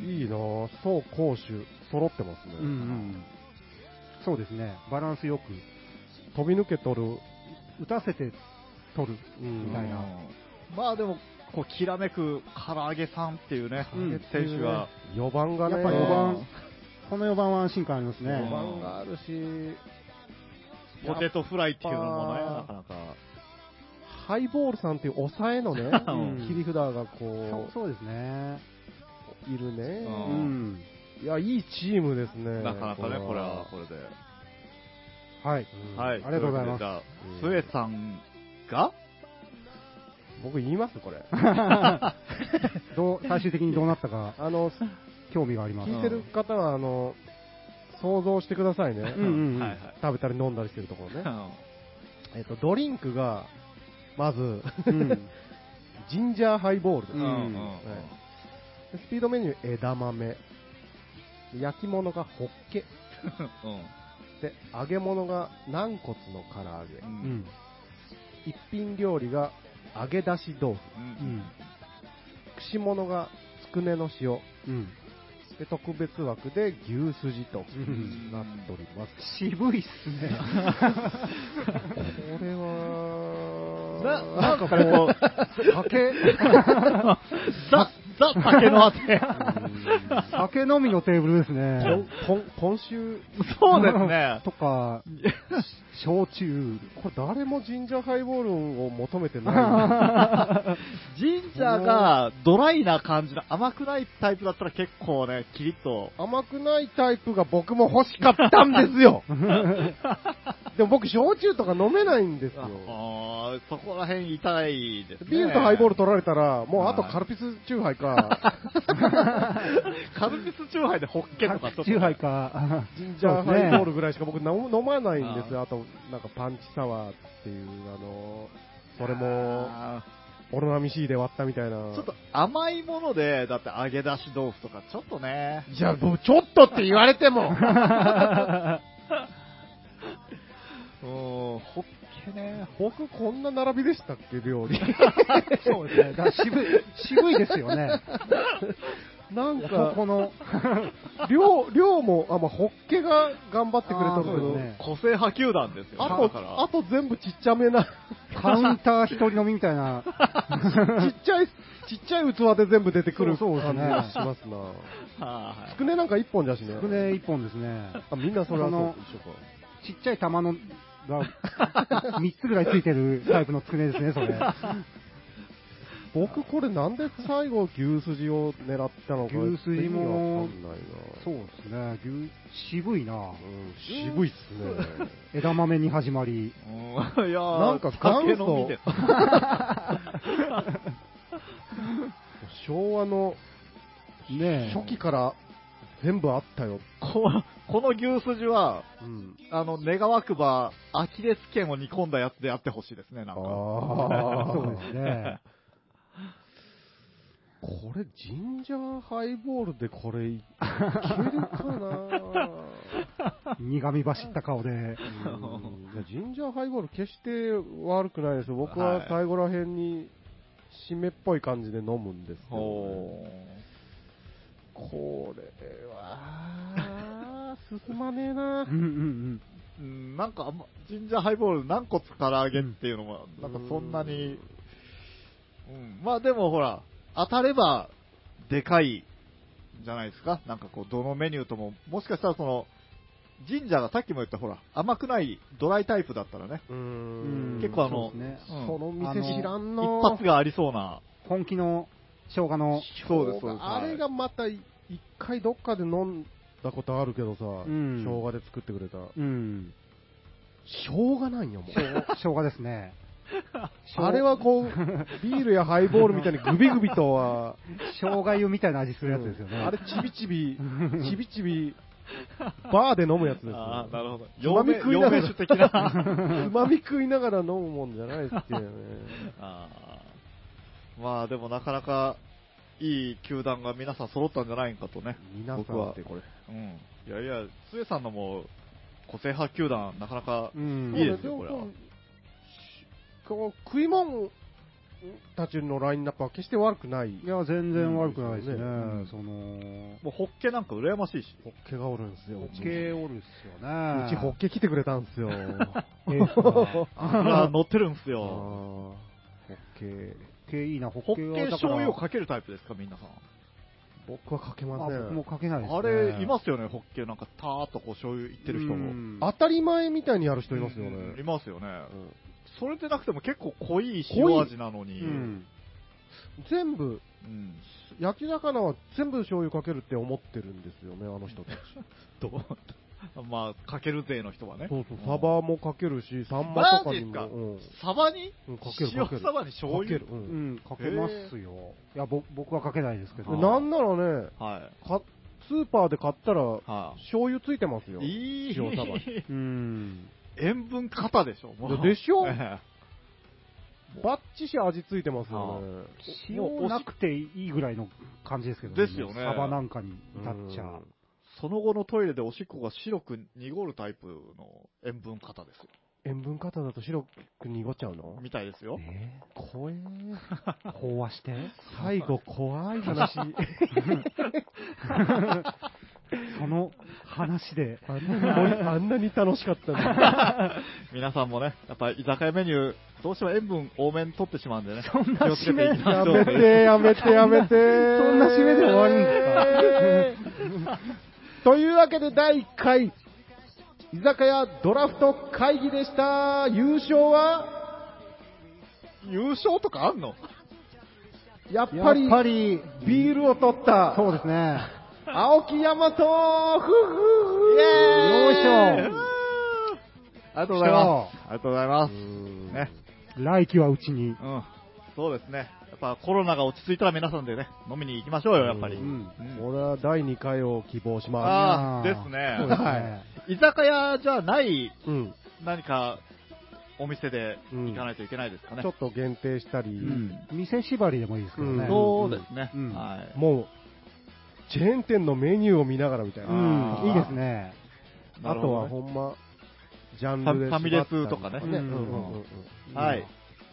Speaker 4: いいなぁ、走攻守揃ってますね。
Speaker 5: うんうんそうですね、バランスよく、
Speaker 4: 飛び抜けとる。
Speaker 5: 打たせて取る。
Speaker 4: うん
Speaker 5: みたいな
Speaker 1: うんまあでも、こう、きらめく唐揚げさんっていうね、
Speaker 5: うん
Speaker 1: 選手が、
Speaker 4: 4番がね、
Speaker 5: やっぱ
Speaker 1: り
Speaker 5: 4
Speaker 1: う
Speaker 5: 番
Speaker 1: ん、
Speaker 5: この4番は安心感ありますね。
Speaker 4: 4番があるし、
Speaker 1: ポテトフライっていうのもね、
Speaker 4: やっ
Speaker 1: な
Speaker 4: ぱ
Speaker 1: かなか。
Speaker 4: ハイボールさんっていう抑えの ね、
Speaker 5: うん
Speaker 4: 切り札が
Speaker 5: そう
Speaker 4: こ
Speaker 5: そうですね。
Speaker 4: う、いる
Speaker 5: う
Speaker 1: う
Speaker 4: ね。
Speaker 5: ん。
Speaker 4: いや、いいチームですね。
Speaker 1: なかなかね、これは、これで。
Speaker 5: はい。
Speaker 4: うん
Speaker 1: はい。
Speaker 5: ありがとうございます
Speaker 1: というわけでじゃあ
Speaker 4: うん
Speaker 1: スエさんが
Speaker 4: 僕言いま すこれ。
Speaker 5: どう最終的にどうなったか
Speaker 4: あの、
Speaker 5: 興味があ ります。
Speaker 4: 聞いてる方は、あの、想像してくださいね。
Speaker 5: うんうんうん
Speaker 1: はいはい
Speaker 4: 食べたり飲んだりしてるところ
Speaker 1: う
Speaker 4: ね。
Speaker 1: ん
Speaker 4: えっと、ドリンクが、まず、
Speaker 5: うん
Speaker 4: ジンジャーハイボールで
Speaker 1: う
Speaker 4: す
Speaker 1: ん
Speaker 4: ね、
Speaker 1: うん
Speaker 4: はいでスピードメニュー、枝豆。焼き物がホッケ。で、揚げ物が軟骨の唐揚げ
Speaker 1: う。
Speaker 5: うんん
Speaker 4: 一品料理が揚げ出し豆腐。
Speaker 5: うん
Speaker 4: 串物がつくねの塩。
Speaker 5: うん
Speaker 4: で、特別枠で牛すじと
Speaker 5: ん
Speaker 4: なっております。
Speaker 5: 渋いっすね。
Speaker 4: これは、
Speaker 1: な
Speaker 4: なんかこう、酒、
Speaker 1: ザ、ザ、酒のあて。
Speaker 5: 酒飲みのテーブルです ね。
Speaker 4: 今今週、
Speaker 1: そうですね。
Speaker 5: とか、焼酎。
Speaker 4: これ誰もジンジャーハイボールを求めてない。
Speaker 1: ジンジャーがドライな感じの甘くないタイプだったら結構ね、キリッと。
Speaker 4: 甘くないタイプが僕も欲しかったんですよ。でも僕、焼酎とか飲めないんですよ。
Speaker 1: あーそこら辺痛いですね。
Speaker 4: ビールとハイボール取られたら、もうあとカルピスチューハイか、
Speaker 1: カルピスチューハイでホッケとかちょっと。
Speaker 5: チューハイか。
Speaker 4: ジンジャーハイボール
Speaker 5: そうですね
Speaker 4: ぐらいしか僕飲飲まないんですよ。
Speaker 1: あ
Speaker 4: あと、なんかパンチサワーっていう、あの、それも、
Speaker 1: あ
Speaker 4: オロナミ C で割ったみたいな。
Speaker 1: ーちょっと甘いもので、だって揚げ出し豆腐とかちょっとね。
Speaker 4: じゃあ、もうちょっとって言われても。
Speaker 1: うん、ホッケね。
Speaker 4: 僕、こんな並びでしたっけ、料理。
Speaker 5: そうですね。だから渋い、渋いですよね。
Speaker 4: なん
Speaker 5: ここ
Speaker 4: か、
Speaker 5: の。
Speaker 4: 量、量も、あ、まあ、ホッケが頑張ってくれたんだけ
Speaker 5: あーそう
Speaker 4: ど、
Speaker 5: ですね
Speaker 1: 個性派球団ですよ。
Speaker 4: あ
Speaker 1: だ
Speaker 4: と、
Speaker 1: から
Speaker 4: あと全部ちっちゃめ な、
Speaker 5: カウンター一人飲みみたいな。
Speaker 4: ちっちゃい、ちっちゃい器で全部出てくる
Speaker 5: そうそうです
Speaker 4: 感じ
Speaker 5: ね
Speaker 4: がしますな。
Speaker 1: は
Speaker 4: つくねなんか一本だしね。
Speaker 5: つくね一本ですね。
Speaker 4: あ、みんなそれはそう
Speaker 5: その
Speaker 4: 一緒か。
Speaker 5: ちっちゃい玉のが 三つぐらいついてるタイプのつくねですね、それ。
Speaker 4: 僕、これなんで最後牛すじを狙ったのか。
Speaker 5: 牛すじ
Speaker 4: 意味わ
Speaker 5: も
Speaker 4: かんないな。
Speaker 5: そうですね。牛渋いな。
Speaker 4: うん渋いっす ね。
Speaker 5: 枝豆に始まり。
Speaker 1: いうん。いやー
Speaker 4: なんか
Speaker 1: 酒飲みで。
Speaker 4: 昭和の
Speaker 5: ねえ。
Speaker 4: 初期から全部あったよ。
Speaker 1: ここの牛すじは、
Speaker 4: うん。
Speaker 1: あの、願わくば、アキレス腱を煮込んだやつでやってほしいですね、なんか。
Speaker 4: あ
Speaker 5: そうですね。
Speaker 4: これ、ジンジャーハイボールでこれ、いけるか な
Speaker 5: 苦み走った顔で。
Speaker 4: うんいやジンジャーハイボール決して悪くないですよ。僕
Speaker 1: は
Speaker 4: はい最後ら辺に締めっぽい感じで飲むんですけど、
Speaker 1: ほ
Speaker 4: これは、進まねえな
Speaker 5: うんうん
Speaker 1: ううんなんかあんま、ジンジャーハイボール何個つから揚げっていうのも、なんかそんなに、うん、まあでもほら、当たれば、でかい、じゃないですか。なんかこう、どのメニューとも、もしかしたらその、ジンジャーがさっきも言ったほら、甘くないドライタイプだったらね、
Speaker 4: う
Speaker 5: うんん。
Speaker 1: 結構あの
Speaker 5: そうですね
Speaker 1: うん
Speaker 4: その店知らん
Speaker 1: 一
Speaker 4: の
Speaker 1: 発がありそうな、
Speaker 5: 本気の生姜の。
Speaker 1: そうです、そうです。
Speaker 4: あれがまた一回どっかで飲んだことあるけどさ、生
Speaker 5: ん
Speaker 4: 姜で作ってくれた。
Speaker 5: うん。
Speaker 4: 生姜なんよ、もう。
Speaker 5: 生姜ですね。
Speaker 4: あれはこう、ビールやハイボールみたいにグビグビとは、
Speaker 5: 生姜湯みたいな味するやつですよね。
Speaker 4: あれちび ちび、ちびちび、バーで飲むやつですよ
Speaker 1: ああ、なるほど。
Speaker 4: つまみ食いながら
Speaker 1: 洋名酒的 な。
Speaker 4: つまみ食いながら飲むもんじゃないですよね。
Speaker 1: あーまあでもなかなかいい球団が皆さん揃ったんじゃないんかとね。
Speaker 4: 皆さん
Speaker 1: 僕は
Speaker 4: ってこれ。
Speaker 1: うん。いやいや、つえさんのも個性派球団、なかなか
Speaker 5: う
Speaker 1: い
Speaker 5: ん。
Speaker 1: いですよ、これは
Speaker 4: も。こう食い物たちのラインナップは決して悪くない。
Speaker 5: いや、全然悪くないですね。
Speaker 1: うん
Speaker 5: その、
Speaker 1: もうホッケなんか羨ましいし。
Speaker 4: ホッケがおるんですよ。
Speaker 5: ホッケおるっすよ
Speaker 4: う
Speaker 5: ね。
Speaker 4: ちホッケ来てくれたんで すよ。
Speaker 5: ええっすね
Speaker 1: あ乗ってるんす
Speaker 4: あー
Speaker 1: よ。
Speaker 4: ホッケ。
Speaker 5: ホッケいいな、ホ
Speaker 1: ホ
Speaker 5: ッケ
Speaker 1: ッ
Speaker 5: は
Speaker 1: ケ
Speaker 5: だから
Speaker 1: 醤油をかけるタイプですか、皆さん。
Speaker 4: 僕はかけ
Speaker 5: あ
Speaker 4: ませ
Speaker 5: 僕も
Speaker 4: ん。
Speaker 5: かけないです、ね。
Speaker 1: あれ、いますよね、ホッケなんか、たーっとこう醤油いってる人も。
Speaker 4: 当
Speaker 5: あ、
Speaker 4: たり前みたいにやる人いますよ
Speaker 1: うんい
Speaker 4: ね。
Speaker 1: ますよね。
Speaker 4: うん
Speaker 1: それでなくても結構濃い塩味なの
Speaker 5: う
Speaker 1: に。
Speaker 5: ん。
Speaker 4: 全部、
Speaker 1: うん
Speaker 4: 焼き魚は全部醤油かけるって思ってるんですよね、あの人たち。
Speaker 1: どう まあ、かける勢の人はね。
Speaker 4: そうそう、サバもかけるし、サンマ
Speaker 1: マ
Speaker 4: とか
Speaker 1: ジ
Speaker 4: に
Speaker 1: ですか
Speaker 4: も。うん
Speaker 1: サバに
Speaker 4: うんかける
Speaker 1: 塩
Speaker 4: かける
Speaker 1: サバに醤油
Speaker 4: かける
Speaker 5: う
Speaker 4: うん
Speaker 5: ん、かけますよ。いや、ぼ僕はかけないですけど。
Speaker 1: あー
Speaker 4: なんならね、
Speaker 1: は
Speaker 4: かスーパーで買ったら
Speaker 1: い。、は
Speaker 4: 醤油ついてますよ。
Speaker 1: い。いい
Speaker 4: 塩サバ。
Speaker 5: うん。
Speaker 1: 塩分肩でしょ、もう。
Speaker 4: でしょ
Speaker 1: ええ
Speaker 4: バッチし味ついてますよね。
Speaker 5: 塩なくていいぐらいの感じですけど
Speaker 1: ですよね
Speaker 5: サバなんかに至っちゃ
Speaker 4: う
Speaker 5: う。
Speaker 4: ん
Speaker 1: その後のトイレでおしっこが白く濁るタイプの塩分型ですよ。
Speaker 4: 塩分過多だと白く濁っちゃうの
Speaker 1: みたいですよ。
Speaker 5: ね
Speaker 4: 怖えー。
Speaker 5: え飽和して。
Speaker 4: 最後怖い話。
Speaker 5: その話で。
Speaker 4: あんなにあんなに楽しかったの
Speaker 1: 皆さんもね、やっぱり居酒屋メニュー、どうしても塩分多めに取ってしまうんでね。
Speaker 5: そんな
Speaker 1: 気をつけていきましょう
Speaker 4: に。やめて、やめて、やめて。
Speaker 5: そんな締めで終わるんです
Speaker 4: かというわけで第1回、居酒屋ドラフト会議でした。優勝は、
Speaker 1: 優勝とかあんの
Speaker 4: やっ
Speaker 5: や
Speaker 4: ぱり
Speaker 5: っ、ぱり、
Speaker 4: ビールを取った、
Speaker 5: そうですね。
Speaker 4: 青木大和ふ
Speaker 1: イ
Speaker 5: よいしょ
Speaker 1: ありがとうございます。ありがとうございます。ね。
Speaker 5: 来季はうちに。
Speaker 1: うん。そうですね。やっぱコロナが落ち着いたら皆さんでね、飲みに行きましょうよ、やっぱり。
Speaker 4: う
Speaker 5: うん
Speaker 1: うん
Speaker 4: 俺は第2回を希望しま
Speaker 1: ああ、
Speaker 5: い
Speaker 1: で
Speaker 5: やー
Speaker 1: すね。
Speaker 5: そうですね
Speaker 1: はい。居酒屋じゃない
Speaker 4: す。うん。
Speaker 1: 何かお店で
Speaker 4: うん
Speaker 1: 行かないといけないですかね。
Speaker 4: ちょっと限定したり、
Speaker 1: ん
Speaker 5: 店縛りでもいいですけどね。
Speaker 4: うん
Speaker 1: そうですね。
Speaker 5: うん
Speaker 1: はい。
Speaker 4: もう、チェーン店のメニューを見ながらみたいな。
Speaker 5: うんいいですね。
Speaker 1: な
Speaker 4: あ
Speaker 1: るほ
Speaker 4: と
Speaker 1: ど
Speaker 4: は
Speaker 1: ね
Speaker 4: ほんま、ジャンルで縛った
Speaker 1: ファミ
Speaker 4: り
Speaker 1: レスとかね
Speaker 4: うんうんうんうん
Speaker 1: はい。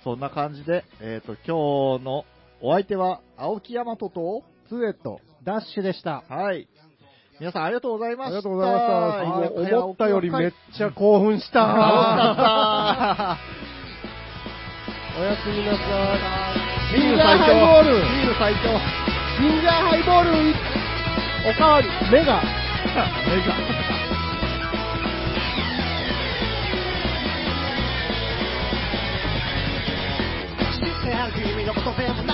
Speaker 1: そんな感じで、えっ、と、今日のお相手は、青木大和と、
Speaker 4: ツーエット。
Speaker 5: ダッシュでした。
Speaker 1: はい。皆さんありがとうございま
Speaker 4: あ
Speaker 1: した。
Speaker 4: りがとうございました。もう思ったよりめっちゃ興奮し
Speaker 1: 楽し
Speaker 4: た。
Speaker 1: かっ
Speaker 4: おやすみなさ
Speaker 1: た。
Speaker 4: い。ジンジャーハイボール
Speaker 1: ビール最強。
Speaker 4: ジンジャーハイボールおかわり
Speaker 1: メ
Speaker 4: 目が
Speaker 1: ガ。
Speaker 6: 知ってある君のことでもな